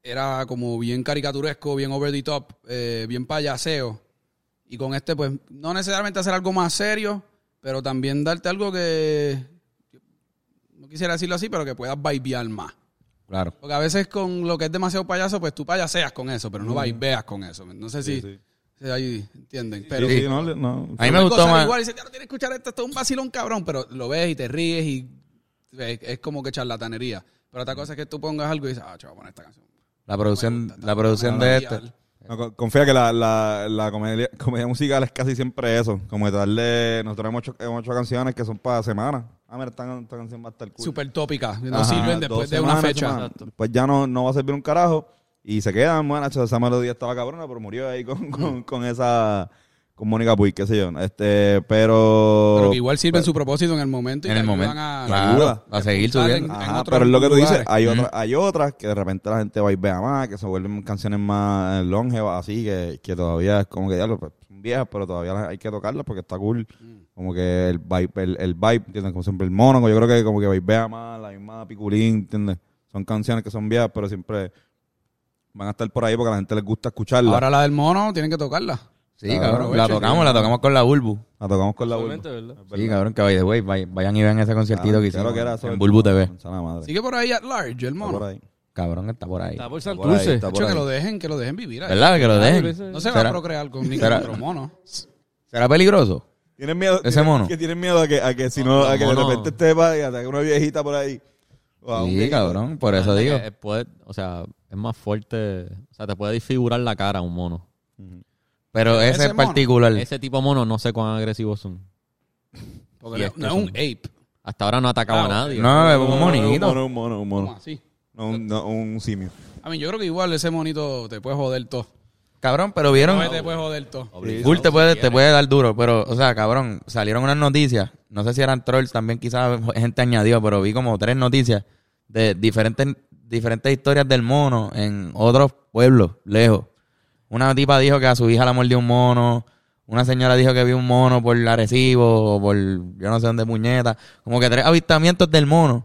Speaker 3: era como bien caricaturesco, bien over the top, eh, bien payaseo. Y con este, pues, no necesariamente hacer algo más serio, pero también darte algo que, no quisiera decirlo así, pero que puedas vibear más.
Speaker 2: Claro.
Speaker 3: Porque a veces con lo que es demasiado payaso, pues tú payaseas con eso, pero no vibeas con eso. No sé si, si ahí entienden. Pero
Speaker 1: Sí, sí, no, no.
Speaker 2: A mí me gustó
Speaker 3: gozar
Speaker 2: más.
Speaker 3: Igual dice, "Claro, tienes que escuchar esto, esto es un vacilón cabrón, pero lo ves y te ríes y es, es como que charlatanería. Pero otra cosa es que tú pongas algo y dices, ah, chaval, poner esta canción.
Speaker 2: La
Speaker 3: Me
Speaker 2: producción,
Speaker 3: gusta,
Speaker 2: la producción
Speaker 3: me
Speaker 2: de
Speaker 3: gusta.
Speaker 2: este.
Speaker 1: No, co- confía que la, la, la comedia, comedia musical es casi siempre eso. Como que darle. Nosotros hemos hecho, hemos hecho canciones que son para semanas. Ah, mira, esta, esta canción va a estar cool.
Speaker 3: Super tópica, no
Speaker 1: Ajá,
Speaker 3: sirven
Speaker 1: dos
Speaker 3: después de una
Speaker 1: semanas,
Speaker 3: fecha.
Speaker 1: semana. Pues ya no, no va a servir un carajo. Y se quedan, bueno, hecho, esa melodía estaba cabrona, pero murió ahí con, con, con esa. Con Mónica Puig, qué sé yo. Este, pero.
Speaker 3: Pero que igual sirven su propósito en el momento y
Speaker 2: Pues, En
Speaker 3: te
Speaker 2: el
Speaker 3: ayudan
Speaker 2: momento.
Speaker 3: a-
Speaker 2: Claro.
Speaker 1: ayuda.
Speaker 2: A seguir
Speaker 3: Salen-
Speaker 2: subiendo.
Speaker 3: en
Speaker 1: Ajá,
Speaker 3: otros
Speaker 1: pero es lo que tú dices,
Speaker 3: lugares.
Speaker 1: hay, otras, hay otras que de repente la gente va y vea más, que se vuelven canciones más eh, longevas, así, que, que todavía es como que ya lo, pues, son viejas, pero todavía las- hay que tocarlas porque está cool.
Speaker 3: Mm.
Speaker 1: Como que el vibe, el, el vibe, ¿entiendes? Como siempre el mono, yo creo que como que va y vea más, la misma piculín, ¿entiendes? Son canciones que son viejas, pero siempre van a estar por ahí porque a la gente les gusta escucharlas.
Speaker 3: Ahora la del mono, tienen que tocarla.
Speaker 2: Sí,
Speaker 1: Claro,
Speaker 2: cabrón. La
Speaker 3: aprovecha,
Speaker 2: tocamos, la tocamos con la Bulbu.
Speaker 1: la tocamos con la
Speaker 5: Solamente,
Speaker 1: vulva.
Speaker 5: ¿verdad?
Speaker 1: Es
Speaker 2: Sí,
Speaker 1: verdad.
Speaker 2: cabrón, que by the way, vay- vayan y vean ese conciertito
Speaker 1: Ah,
Speaker 2: que
Speaker 1: claro
Speaker 2: hicimos
Speaker 1: que era sobre-
Speaker 2: en Bulbu TV.
Speaker 1: Manzana madre.
Speaker 3: Sigue por ahí at large, el
Speaker 1: Está por
Speaker 3: mono.
Speaker 1: ahí.
Speaker 2: Cabrón, está por ahí.
Speaker 5: Está por
Speaker 1: Está por ahí,
Speaker 5: Santurce.
Speaker 1: está por
Speaker 3: Chacho, que
Speaker 1: ahí.
Speaker 3: lo dejen, que lo dejen vivir ahí.
Speaker 2: ¿Verdad? Que lo dejen.
Speaker 5: ¿Será?
Speaker 3: No se va a procrear con ningún
Speaker 2: será-
Speaker 3: otro mono.
Speaker 2: ¿Será peligroso?
Speaker 1: Tienes miedo.
Speaker 2: Ese
Speaker 1: tienes-
Speaker 2: mono.
Speaker 1: Que tienes miedo a que, a que si no, a que de
Speaker 4: mono.
Speaker 1: repente te va y ataque una viejita por ahí. O a un
Speaker 2: Sí,
Speaker 1: viejito.
Speaker 2: cabrón, por eso digo.
Speaker 4: Eh, puede- o sea, es más fuerte. O sea, te puede disfigurar la cara un mono.
Speaker 2: Pero
Speaker 3: ese
Speaker 2: ese en
Speaker 3: mono.
Speaker 2: particular.
Speaker 4: Ese tipo de mono no sé cuán agresivos son.
Speaker 3: Porque
Speaker 4: Y
Speaker 3: no-
Speaker 4: es que
Speaker 3: no es un ape.
Speaker 4: Hasta ahora no ha atacado
Speaker 3: Ah,
Speaker 4: a
Speaker 3: ok.
Speaker 4: nadie.
Speaker 2: No, es un
Speaker 1: No, no, Un
Speaker 2: monito.
Speaker 1: mono, un mono, un
Speaker 3: ¿Cómo
Speaker 1: mono.
Speaker 3: así?
Speaker 1: No, un, no, un simio.
Speaker 3: A mí, yo creo que igual ese monito te puede joder todo.
Speaker 2: Cabrón, pero vieron.
Speaker 3: No, este te puede joder todo.
Speaker 2: Full te puede, te puede dar duro, pero, o sea, cabrón, salieron unas noticias, no sé si eran trolls, también quizás gente añadió, pero vi como tres noticias de diferentes, diferentes historias del mono en otros pueblos, lejos. Una tipa dijo que a su hija la mordió un mono, una señora dijo que vio un mono por Arecibo o por yo no sé dónde puñeta, como que tres avistamientos del mono.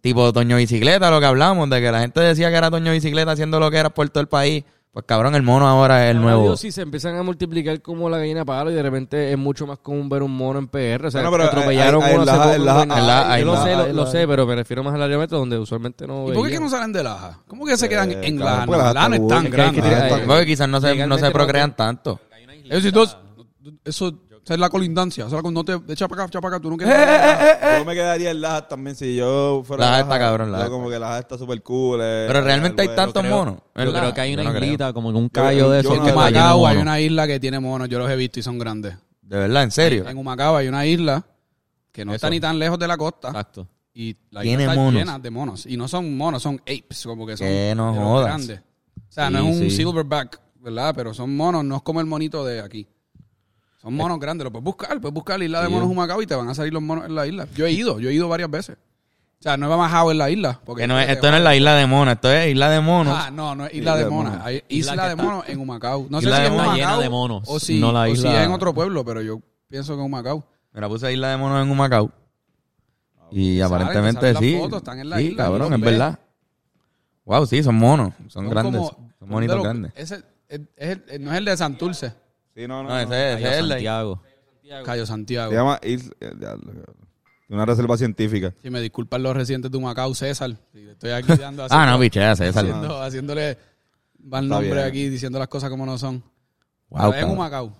Speaker 2: Tipo Toño Bicicleta, lo que hablamos, de que la gente decía que era Toño Bicicleta haciendo lo que era por todo el país. Pues cabrón, el mono ahora es el
Speaker 5: Ahora,
Speaker 2: nuevo.
Speaker 5: Dios, si se empiezan a multiplicar como la gallina palo y de repente es mucho más común ver un mono en PR. O sea,
Speaker 1: No, no, pero
Speaker 5: atropellaron
Speaker 1: hay- hay-
Speaker 5: uno
Speaker 1: hay
Speaker 5: hace
Speaker 1: laja-
Speaker 5: poco
Speaker 1: hay
Speaker 5: en
Speaker 1: laja-
Speaker 5: Guaynabo.
Speaker 2: hay laja-
Speaker 5: Yo
Speaker 2: hay
Speaker 5: lo sé,
Speaker 1: laja-
Speaker 5: lo, lo sé, pero me refiero más al área metro donde usualmente no
Speaker 3: ¿Y por qué
Speaker 5: veía.
Speaker 3: que no salen de Laja? ¿Cómo que se quedan en
Speaker 1: cabrón,
Speaker 3: Laja?
Speaker 1: porque Laja
Speaker 3: No, Laja no es
Speaker 1: está
Speaker 3: tan
Speaker 1: cool.
Speaker 5: Es que tiene-
Speaker 3: grande.
Speaker 5: hay-
Speaker 2: Tampoco que quizás no se, no
Speaker 5: Legalmente
Speaker 2: se
Speaker 5: no
Speaker 2: procrean tanto.
Speaker 3: Eso, sí, entonces, eso, esa es la colindancia. Eso es la- no te echa para acá, echa para acá. Tú no quieres.
Speaker 1: Yo me quedaría en Lajas también si yo fuera.
Speaker 2: Lajas está cabrón, Lajas
Speaker 1: Yo como que Lajas está súper cool. eh,
Speaker 2: Pero realmente hay
Speaker 1: el
Speaker 2: tantos
Speaker 1: huevo, creo.
Speaker 2: monos.
Speaker 4: Yo
Speaker 2: ¿verdad?
Speaker 4: creo que hay una
Speaker 2: Yo no creo.
Speaker 4: islita, como que un callo de
Speaker 1: yo
Speaker 4: esos.
Speaker 1: no
Speaker 4: que
Speaker 3: en
Speaker 1: creo.
Speaker 4: está lleno de
Speaker 3: Humacao hay
Speaker 4: monos.
Speaker 3: una isla que tiene monos. Yo los he visto y son grandes.
Speaker 2: De verdad, en serio.
Speaker 3: En Humacao hay una isla que no está
Speaker 4: Eso.
Speaker 3: ni tan lejos de la costa.
Speaker 4: Exacto.
Speaker 3: Y la
Speaker 2: Tiene
Speaker 3: isla está
Speaker 2: monos.
Speaker 3: llena de monos. Y no son monos, son apes, como que son
Speaker 2: Que no
Speaker 3: de los
Speaker 2: jodas.
Speaker 3: grandes. O sea,
Speaker 2: Sí,
Speaker 3: no es un
Speaker 2: sí.
Speaker 3: silverback, ¿verdad? Pero son monos, no es como el monito de aquí.
Speaker 2: Eh.
Speaker 3: Son monos grandes, lo puedes buscar, puedes buscar la isla de monos Humacao y te van a salir los monos en la isla. Yo he ido, yo he ido varias veces. O sea, no he bajado en la isla. Porque
Speaker 2: Que no es- esto no es la isla de monos, esto es isla de monos.
Speaker 3: Ah, no, no es isla de monos. Hay isla de monos en Humacao. No sé
Speaker 2: Isla
Speaker 3: si
Speaker 2: de
Speaker 3: es
Speaker 2: monos.
Speaker 3: Humacao
Speaker 4: Llena de monos,
Speaker 3: o si,
Speaker 4: no la
Speaker 3: o si
Speaker 4: isla-
Speaker 3: es en otro pueblo, pero yo pienso que es Humacao.
Speaker 2: Mira, puse isla de monos en
Speaker 3: Ah,
Speaker 2: Humacao. Y
Speaker 3: Salen,
Speaker 2: aparentemente
Speaker 3: salen las
Speaker 2: sí.
Speaker 3: fotos, están en la
Speaker 2: sí,
Speaker 3: isla,
Speaker 2: cabrón,
Speaker 3: los
Speaker 2: es
Speaker 3: ves.
Speaker 2: verdad. Wow, sí, son monos. Son grandes.
Speaker 3: como-
Speaker 2: son monitos
Speaker 3: de los-
Speaker 2: grandes.
Speaker 3: ese- es- es el- eh, no es el de Santurce,
Speaker 1: Sí, no, no.
Speaker 2: No,
Speaker 1: no.
Speaker 2: ese, ese es el de-
Speaker 4: Santiago.
Speaker 3: Cayo Santiago.
Speaker 1: Se llama Isla- eh, diablo, cabrón. una reserva científica.
Speaker 3: Si me disculpan los residentes de Humacao, César. si le estoy aquí dando
Speaker 2: Ah, no, biche, ese es el-
Speaker 3: haciendo, haciéndole mal
Speaker 1: Está
Speaker 3: nombre
Speaker 1: bien.
Speaker 3: aquí, diciendo las cosas como no son.
Speaker 2: Wow,
Speaker 3: Pero es en
Speaker 2: cabrón.
Speaker 3: Humacao.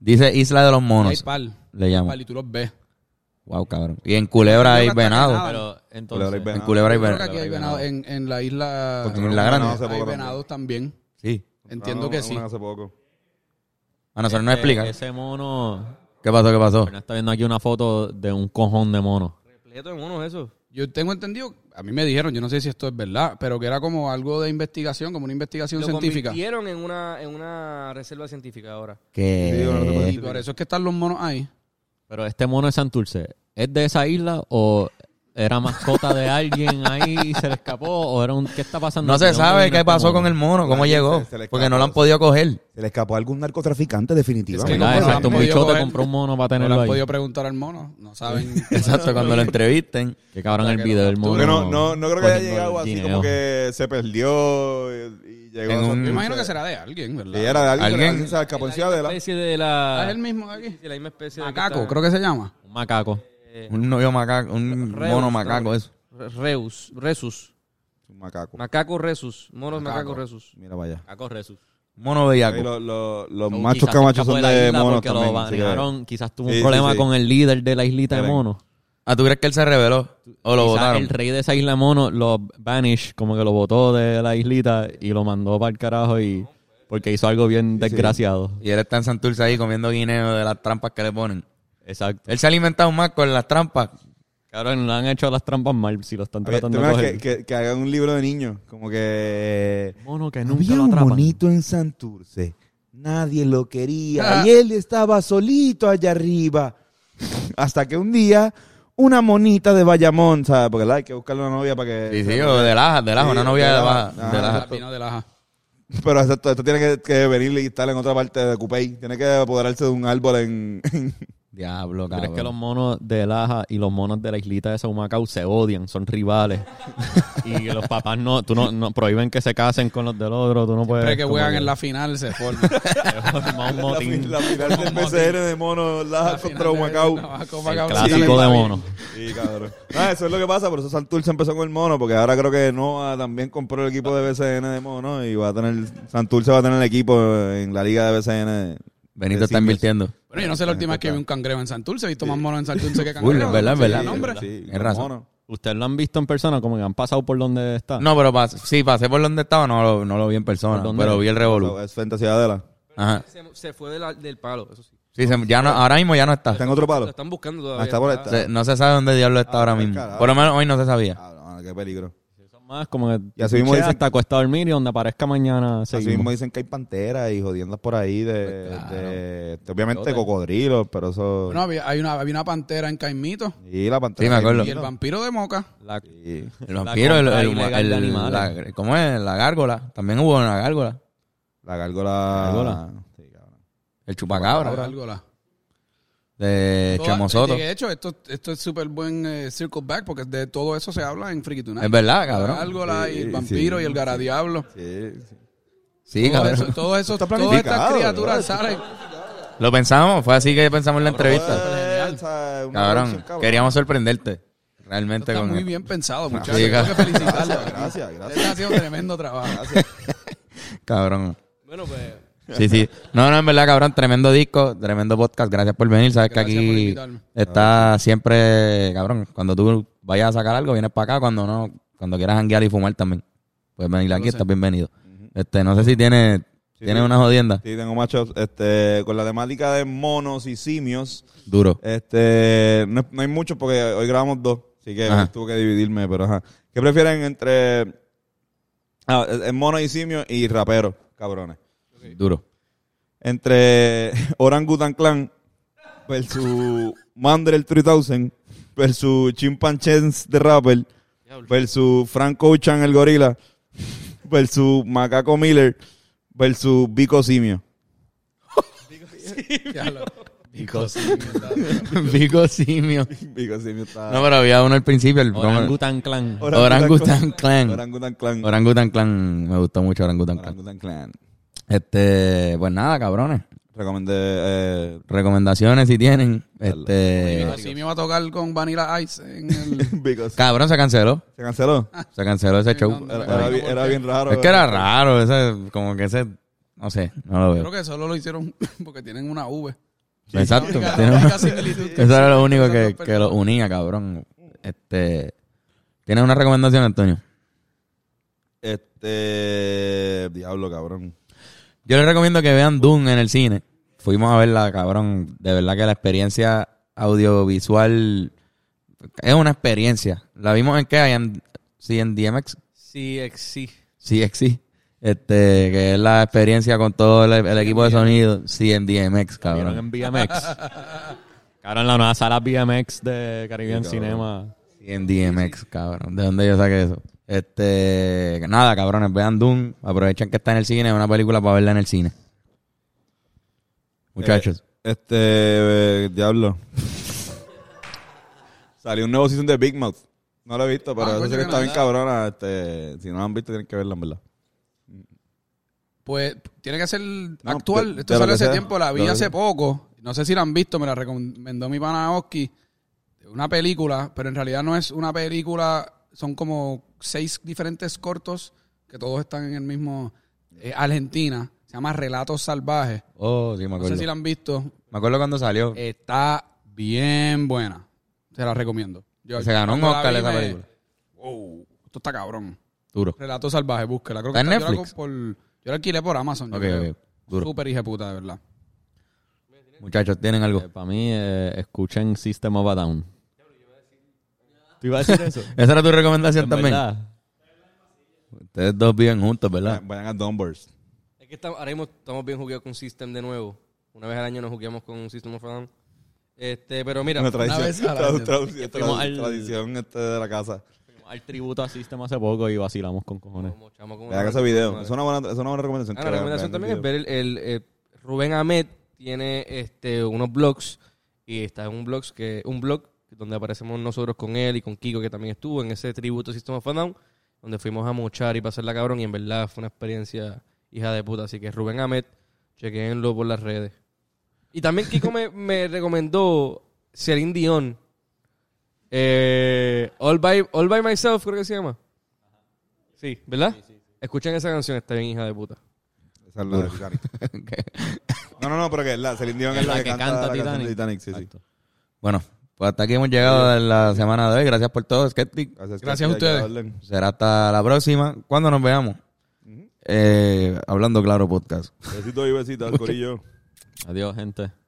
Speaker 2: Dice Isla de los
Speaker 3: Hay
Speaker 2: Monos.
Speaker 3: pal.
Speaker 2: Le llaman.
Speaker 3: Pal y tú los ves.
Speaker 2: Wow, cabrón. Y en Culebra hay venado.
Speaker 4: Pero
Speaker 1: Culebra y
Speaker 4: entonces.
Speaker 2: En
Speaker 1: venado.
Speaker 2: Culebra hay
Speaker 3: Yo creo que
Speaker 2: venado.
Speaker 3: aquí hay venado en, en la isla.
Speaker 2: Porque en Isla Grande.
Speaker 1: No, hace
Speaker 3: Hay
Speaker 1: poco
Speaker 3: venados también.
Speaker 2: Sí.
Speaker 3: Entiendo
Speaker 1: No,
Speaker 3: que
Speaker 1: no,
Speaker 3: sí.
Speaker 1: no, hace poco.
Speaker 2: A nosotros no
Speaker 4: eh,
Speaker 3: Este,
Speaker 2: explican.
Speaker 4: Ese mono.
Speaker 2: ¿Qué pasó? ¿Qué pasó?
Speaker 4: Fernán está viendo aquí una foto de un cojón de mono.
Speaker 6: Repleto de monos eso.
Speaker 3: Yo tengo entendido, a mí me dijeron, yo no sé si esto es verdad, pero que era como algo de investigación, como una investigación
Speaker 6: Lo
Speaker 3: científica.
Speaker 6: convirtieron en una, en una reserva científica ahora.
Speaker 2: Eh,
Speaker 1: Sí, yo no te puedo
Speaker 2: Que
Speaker 3: Y por eso es que están los monos ahí.
Speaker 4: Pero este mono de Santurce, ¿es de esa isla o era mascota de alguien ahí y se le escapó? ¿O era un. ¿Qué está pasando?
Speaker 2: no
Speaker 4: ¿De
Speaker 2: se
Speaker 4: dónde
Speaker 2: sabe
Speaker 4: vino
Speaker 2: qué
Speaker 4: este
Speaker 2: pasó
Speaker 4: mono?
Speaker 2: con el mono, cómo
Speaker 1: Nadie
Speaker 2: llegó.
Speaker 1: se- se le
Speaker 2: Porque no
Speaker 1: escapó.
Speaker 2: lo han podido coger.
Speaker 1: Se le escapó a algún
Speaker 3: Es
Speaker 1: narcotraficante,
Speaker 3: que
Speaker 1: definitivamente.
Speaker 3: no-
Speaker 4: Ah,
Speaker 3: lo
Speaker 4: exacto,
Speaker 3: han
Speaker 4: un
Speaker 3: podido
Speaker 4: bichote
Speaker 3: coger.
Speaker 4: compró un mono para
Speaker 3: No le
Speaker 4: tenerlo
Speaker 3: han
Speaker 4: ahí.
Speaker 3: podido preguntar al mono, no saben.
Speaker 2: Exacto, cuando lo entrevisten.
Speaker 4: Qué cabrón el video del mono.
Speaker 1: Porque no, no, no creo que haya
Speaker 4: cogiendo
Speaker 1: llegado
Speaker 4: el
Speaker 1: así
Speaker 4: guineo.
Speaker 1: como que se perdió y, y llegó
Speaker 2: En
Speaker 1: a
Speaker 2: un-
Speaker 3: Me
Speaker 1: Santurce.
Speaker 3: imagino que será de alguien, ¿verdad?
Speaker 1: Y era de alguien,
Speaker 2: Alguien-
Speaker 1: alguien, se escapó en Ciudadela.
Speaker 6: especie de
Speaker 3: Ah,
Speaker 6: la...
Speaker 3: Es el mismo de aquí.
Speaker 6: sí, la misma especie de... que
Speaker 3: Macaco,
Speaker 6: está-
Speaker 3: creo que se llama.
Speaker 4: Un macaco.
Speaker 2: Un novio macaco, un
Speaker 6: Reus,
Speaker 2: mono
Speaker 6: ¿no?
Speaker 2: macaco, eso.
Speaker 6: Re- Reus, Resus.
Speaker 1: Un macaco.
Speaker 6: Macaco Resus. Monos macaco, Resus.
Speaker 1: Mira para allá.
Speaker 4: Macaco Resus.
Speaker 2: Mono
Speaker 1: Ahí
Speaker 2: bellaco.
Speaker 1: los los- los
Speaker 4: O
Speaker 1: machos
Speaker 4: quizás
Speaker 1: camachos
Speaker 4: se escapó
Speaker 1: son
Speaker 4: la
Speaker 1: de
Speaker 4: isla
Speaker 1: monos
Speaker 4: porque
Speaker 1: también.
Speaker 4: Lo
Speaker 1: así que-
Speaker 4: banearon, quizás tuvo un
Speaker 1: Sí, sí,
Speaker 4: problema
Speaker 1: sí.
Speaker 4: con el líder de la islita de
Speaker 1: Miren.
Speaker 4: monos.
Speaker 2: Ah, ¿tú crees que él se reveló? ¿O lo
Speaker 4: Quizás
Speaker 2: votaron?
Speaker 4: El rey de esa isla de monos lo banish, como que lo botó de la islita y lo mandó para el carajo y porque hizo algo bien desgraciado.
Speaker 2: Y él está en Santurce ahí comiendo guineo de las trampas que le ponen.
Speaker 4: Exacto.
Speaker 2: Él se ha alimentado más con las trampas.
Speaker 4: Cabrón, le han hecho las trampas mal si lo están
Speaker 1: Ok, tú
Speaker 4: tratando de
Speaker 1: imaginas
Speaker 4: coger.
Speaker 1: que, que, que hagan un libro de niños, como que...
Speaker 4: Mono que nunca
Speaker 1: Había
Speaker 4: lo
Speaker 1: un
Speaker 4: atrapan.
Speaker 1: monito en Santurce. Nadie lo quería. Y él estaba solito allá arriba. Hasta que un día, una monita de Bayamón, ¿sabes? Porque ¿verdad? hay que buscarle una novia para que.
Speaker 2: Sí, sí, o de lajas, de lajas,
Speaker 1: Sí,
Speaker 2: una novia
Speaker 1: de
Speaker 2: de
Speaker 1: lajas.
Speaker 2: baja. De
Speaker 1: Ajá.
Speaker 2: lajas.
Speaker 3: La pina de Laja.
Speaker 1: Pero esto, esto tiene que, que venir y estar en otra parte de Cupey. Tiene que apoderarse de un árbol en.
Speaker 2: Diablo,
Speaker 4: ¿Crees
Speaker 2: cabrón.
Speaker 4: que los monos de Laja y los monos de la islita de Saumacau se odian? Son rivales. y que los papás no, tú no, no prohíben que se casen con los del otro. Tú no puedes.
Speaker 3: Siempre que
Speaker 4: como
Speaker 3: juegan en la final se forman.
Speaker 4: que formar un
Speaker 1: la,
Speaker 4: motín.
Speaker 1: fin- la final del PCR de mono, Laja contra Humacao.
Speaker 4: El clásico de mono.
Speaker 1: Sí, cabrón. Ah, eso es lo que pasa, por eso Santurce empezó con el mono, porque ahora creo que Noah también compró el equipo de BCN de mono y va a tener, Santurce va a tener el equipo en la liga de BCN.
Speaker 2: Benito está
Speaker 1: Sí,
Speaker 2: invirtiendo.
Speaker 3: Bueno, yo no sé la última vez que vi un cangrejo en Santurce. He visto más monos en Santurce que
Speaker 2: Uy,
Speaker 3: cangrejos.
Speaker 2: es verdad, es
Speaker 3: Sí,
Speaker 2: verdad.
Speaker 3: no, hombre.
Speaker 1: Sí,
Speaker 2: Es
Speaker 1: los
Speaker 2: razón.
Speaker 1: monos.
Speaker 4: ¿Ustedes lo han visto en persona? Como que han pasado por donde está.
Speaker 2: No, pero pas- sí, pasé por donde estaba, no lo, no lo vi en persona,
Speaker 4: ¿Por dónde?
Speaker 2: pero vi el revolú.
Speaker 1: Pero Es frente a Ciudadela.
Speaker 2: Ajá.
Speaker 6: Se, se fue de la- del palo, eso sí.
Speaker 2: Sí, se- ya no, ahora mismo ya no está.
Speaker 1: ¿Está en otro
Speaker 6: Lo
Speaker 1: palo?
Speaker 6: están buscando todavía.
Speaker 1: Ah, está por esta.
Speaker 2: Se- no se sabe dónde diablo está ahora mismo.
Speaker 1: carajo.
Speaker 2: Por lo menos hoy no se sabía.
Speaker 1: Ah, no, qué peligro.
Speaker 4: Son más como que.
Speaker 1: Y así mismo
Speaker 4: che,
Speaker 1: dicen-
Speaker 4: hasta cuesta dormir y donde aparezca mañana.
Speaker 1: Así
Speaker 4: seguimos.
Speaker 1: mismo dicen que hay panteras y jodiendas por ahí de,
Speaker 2: Pues claro.
Speaker 1: de- de- obviamente cocodrilos, pero eso...
Speaker 3: Bueno, había, hay una, había una pantera en Caimito
Speaker 1: y la pantera.
Speaker 2: Sí, me acuerdo.
Speaker 3: y el vampiro de Moca.
Speaker 4: La-
Speaker 1: Sí.
Speaker 2: El vampiro, el,
Speaker 4: compra
Speaker 2: el-
Speaker 4: ilegal de
Speaker 2: el-
Speaker 4: animales.
Speaker 2: la- ¿cómo es? La gárgola. También hubo una gárgola.
Speaker 1: La gárgola...
Speaker 4: Gárgola.
Speaker 1: Sí, cabrón.
Speaker 2: El chupacabra.
Speaker 3: Gárgola.
Speaker 2: De
Speaker 3: Toda-
Speaker 2: Chamosoto.
Speaker 3: De hecho, esto, esto es súper buen eh, circle back porque de todo eso se habla en Friki Tonight.
Speaker 2: Es verdad,
Speaker 3: La
Speaker 2: cabrón.
Speaker 3: gárgola y el
Speaker 1: Sí,
Speaker 3: vampiro
Speaker 1: sí,
Speaker 3: y el garadiablo.
Speaker 1: Sí, sí.
Speaker 2: Sí,
Speaker 3: todo eso,
Speaker 2: cabrón.
Speaker 3: todo eso, todas
Speaker 1: Está
Speaker 3: estas
Speaker 1: planificado,
Speaker 3: criaturas
Speaker 1: ¿verdad?
Speaker 3: salen.
Speaker 2: Lo pensamos, fue así que pensamos en la entrevista.
Speaker 1: Eh, o sea, una
Speaker 2: Cabrón,
Speaker 1: producción cabrón.
Speaker 2: queríamos sorprenderte. Realmente
Speaker 3: Está
Speaker 2: con
Speaker 3: muy bien pensado, muchachos.
Speaker 2: Sí,
Speaker 3: Tengo que
Speaker 2: cabrón.
Speaker 3: felicitarlo. Este
Speaker 1: Gracias, gracias.
Speaker 3: Está haciendo tremendo trabajo.
Speaker 2: Cabrón.
Speaker 6: Bueno, pues...
Speaker 2: Sí, sí. No, no, en verdad, cabrón, tremendo disco, tremendo podcast. Gracias por venir. Sabes
Speaker 3: Gracias
Speaker 2: que
Speaker 3: por
Speaker 2: aquí
Speaker 3: invitarme.
Speaker 2: está siempre, cabrón, cuando tú vayas a sacar algo, vienes para acá, cuando no, cuando quieras hanguear y fumar también. Puedes venir aquí, estás bienvenido. Este, no sé si tienes, tienes
Speaker 1: sí.
Speaker 2: una jodienda.
Speaker 1: Sí, tengo machos este, con la temática de monos y simios.
Speaker 2: Duro.
Speaker 1: Este, no, no hay muchos porque hoy grabamos dos, así que
Speaker 2: Ajá.
Speaker 1: tuve que dividirme, pero ajá. ¿Qué prefieren entre ah, eh, monos y simios y raperos, cabrones?
Speaker 2: Duro.
Speaker 1: Entre Orangutan Clan versus Mandrel 3000 versus Chimpanchees de Rapper versus Franco Chan el Gorila versus Macaco Miller versus Vico Simio.
Speaker 3: Ya lo-
Speaker 2: Vico
Speaker 1: Eh,
Speaker 2: Vico Simio.
Speaker 1: Vico Simio está...
Speaker 2: No, pero había uno al principio. El,
Speaker 4: Orangutan Clan.
Speaker 2: Orangutan Clan.
Speaker 1: Orangutan Clan.
Speaker 2: Orangutan Clan. Me gustó mucho Orangutan Clan.
Speaker 1: Orangutan Clan.
Speaker 2: Este, pues nada, cabrones.
Speaker 1: Recomendé... Eh,
Speaker 2: Recomendaciones si tienen. Este,
Speaker 3: Así me va a tocar con Vanilla Ice en el...
Speaker 1: Vico Simio.
Speaker 2: cabrón, se canceló.
Speaker 1: ¿Se canceló?
Speaker 2: Se canceló ese show.
Speaker 3: no,
Speaker 1: Era, era bien- era bien raro.
Speaker 2: Es que era raro, ese, como que ese, no sé, no lo
Speaker 3: Creo
Speaker 2: veo.
Speaker 3: que solo lo hicieron porque tienen una V.
Speaker 2: Exacto.
Speaker 3: Única-
Speaker 2: tiene-
Speaker 3: única similitud que
Speaker 2: eso era lo
Speaker 3: existe
Speaker 2: único
Speaker 3: entre
Speaker 2: que,
Speaker 3: esas dos
Speaker 2: que lo unía, cabrón. Este, ¿Tienes una recomendación, Antonio?
Speaker 1: Este... Diablo, cabrón.
Speaker 2: Yo les recomiendo que vean Dune en el cine. Fuimos a verla, cabrón. De verdad que la experiencia audiovisual es una experiencia. La vimos en qué? En, sí, en DMX.
Speaker 5: Sí, ex- sí.
Speaker 2: CXC. Este, que es la experiencia con todo el, el equipo de sonido. Sí, en DMX,
Speaker 4: Vieron
Speaker 2: cabrón.
Speaker 4: en BMX. Cabrón, la nueva sala BMX de Caribbean Cinema. eh,
Speaker 2: Sí, en DMX, cabrón. ¿De dónde yo saqué eso? Este, nada, cabrones, vean Doom. Aprovechen que está en el cine. Es una película para verla en el cine. Muchachos.
Speaker 1: Eh, este... eh, diablo. Salió un nuevo season de Big Mouth. No lo he visto, pero
Speaker 3: Ah,
Speaker 1: eso
Speaker 3: coño,
Speaker 1: sí que
Speaker 3: que
Speaker 1: está
Speaker 3: no,
Speaker 1: bien
Speaker 3: ¿verdad?
Speaker 1: cabrona. Este, si no la han visto, tienen que verla, en verdad.
Speaker 4: Ah.
Speaker 3: Pues tiene que ser actual.
Speaker 1: de-
Speaker 3: Esto
Speaker 1: de lo
Speaker 3: salió
Speaker 1: que
Speaker 3: hace
Speaker 1: sea.
Speaker 3: tiempo, la
Speaker 1: De
Speaker 3: vi
Speaker 1: lo que
Speaker 3: hace
Speaker 1: sea.
Speaker 3: poco. No sé si la han visto, me la recomendó mi pana Oski. Una película, pero en realidad no es una película. Son como seis diferentes cortos que todos están en el mismo. eh, Argentina. Se llama Relatos Salvajes.
Speaker 2: Oh, sí, me
Speaker 3: No
Speaker 2: acuerdo.
Speaker 3: sé si la han visto.
Speaker 2: Me acuerdo cuando salió.
Speaker 3: Está bien buena. Se la recomiendo. Yo-
Speaker 2: Se ganó un
Speaker 3: cuando la
Speaker 2: Oscar
Speaker 3: vi,
Speaker 2: esa
Speaker 3: me-
Speaker 2: película.
Speaker 3: Wow, esto está cabrón.
Speaker 2: Duro.
Speaker 3: Relato salvaje, búsquela. Creo que
Speaker 2: ¿Está en
Speaker 3: yo la
Speaker 2: Netflix?
Speaker 3: co- por- yo la alquilé por Amazon. yo
Speaker 2: Ok,
Speaker 3: creo.
Speaker 2: ok. Duro.
Speaker 3: Súper hija de puta, de verdad.
Speaker 2: Muchachos, ¿tienen algo?
Speaker 4: Para mí, eh, escuchen System of a Down. ¿Tú ibas a decir eso?
Speaker 2: Esa era tu recomendación también.
Speaker 4: ¿Verdad?
Speaker 2: Ustedes dos viven juntos, ¿verdad?
Speaker 1: Vayan a Dumbers.
Speaker 5: Es que estamos, ahora mismo estamos bien jugueados con System de nuevo. Una vez al año nos jugueamos con System of a Down. Este, pero mira,
Speaker 1: Una tradición,
Speaker 3: vez al
Speaker 1: tradu-
Speaker 3: año.
Speaker 1: tradu-
Speaker 4: Fuimos
Speaker 1: tradu-
Speaker 4: al-
Speaker 1: tradición este de la casa.
Speaker 4: Fuimos Al tributo a System hace poco y vacilamos con cojones.
Speaker 5: como chamo con
Speaker 1: Vean ese video. Es una buena, es una buena recomendación.
Speaker 5: Ah,
Speaker 1: que
Speaker 5: la recomendación
Speaker 1: vean
Speaker 5: también
Speaker 1: el
Speaker 5: es ver el, el, eh, Rubén Ahmed tiene este unos blogs y está en un blog que un blog donde aparecemos nosotros con él y con Kiko que también estuvo en ese tributo Sistema of a Down donde fuimos a mochar y pasarla cabrón y en verdad fue una experiencia hija de puta así que Rubén Ahmed chequenlo por las redes y también Kiko me, me recomendó Celine Dion eh, All, by, All By Myself creo que se llama sí ¿verdad? escuchen esa canción está bien hija de puta
Speaker 1: video. Esa es la de Titanic. No, no, no, pero que es la Celine Dion
Speaker 4: Es
Speaker 1: es la,
Speaker 4: la
Speaker 1: que,
Speaker 4: que
Speaker 1: canta,
Speaker 4: canta
Speaker 1: la canción de
Speaker 4: Titanic.
Speaker 1: Titanic. Sí, sí.
Speaker 4: Exacto.
Speaker 2: Bueno, pues hasta aquí hemos llegado en la semana de hoy. Gracias por todo, Skeptic.
Speaker 3: Gracias a
Speaker 1: Kiki, hay que
Speaker 3: ustedes.
Speaker 1: darle.
Speaker 2: Será hasta la próxima. Cuando nos veamos? Eh, hablando Claro Podcast.
Speaker 1: Besitos y besitos, corillo.
Speaker 4: Adiós, gente.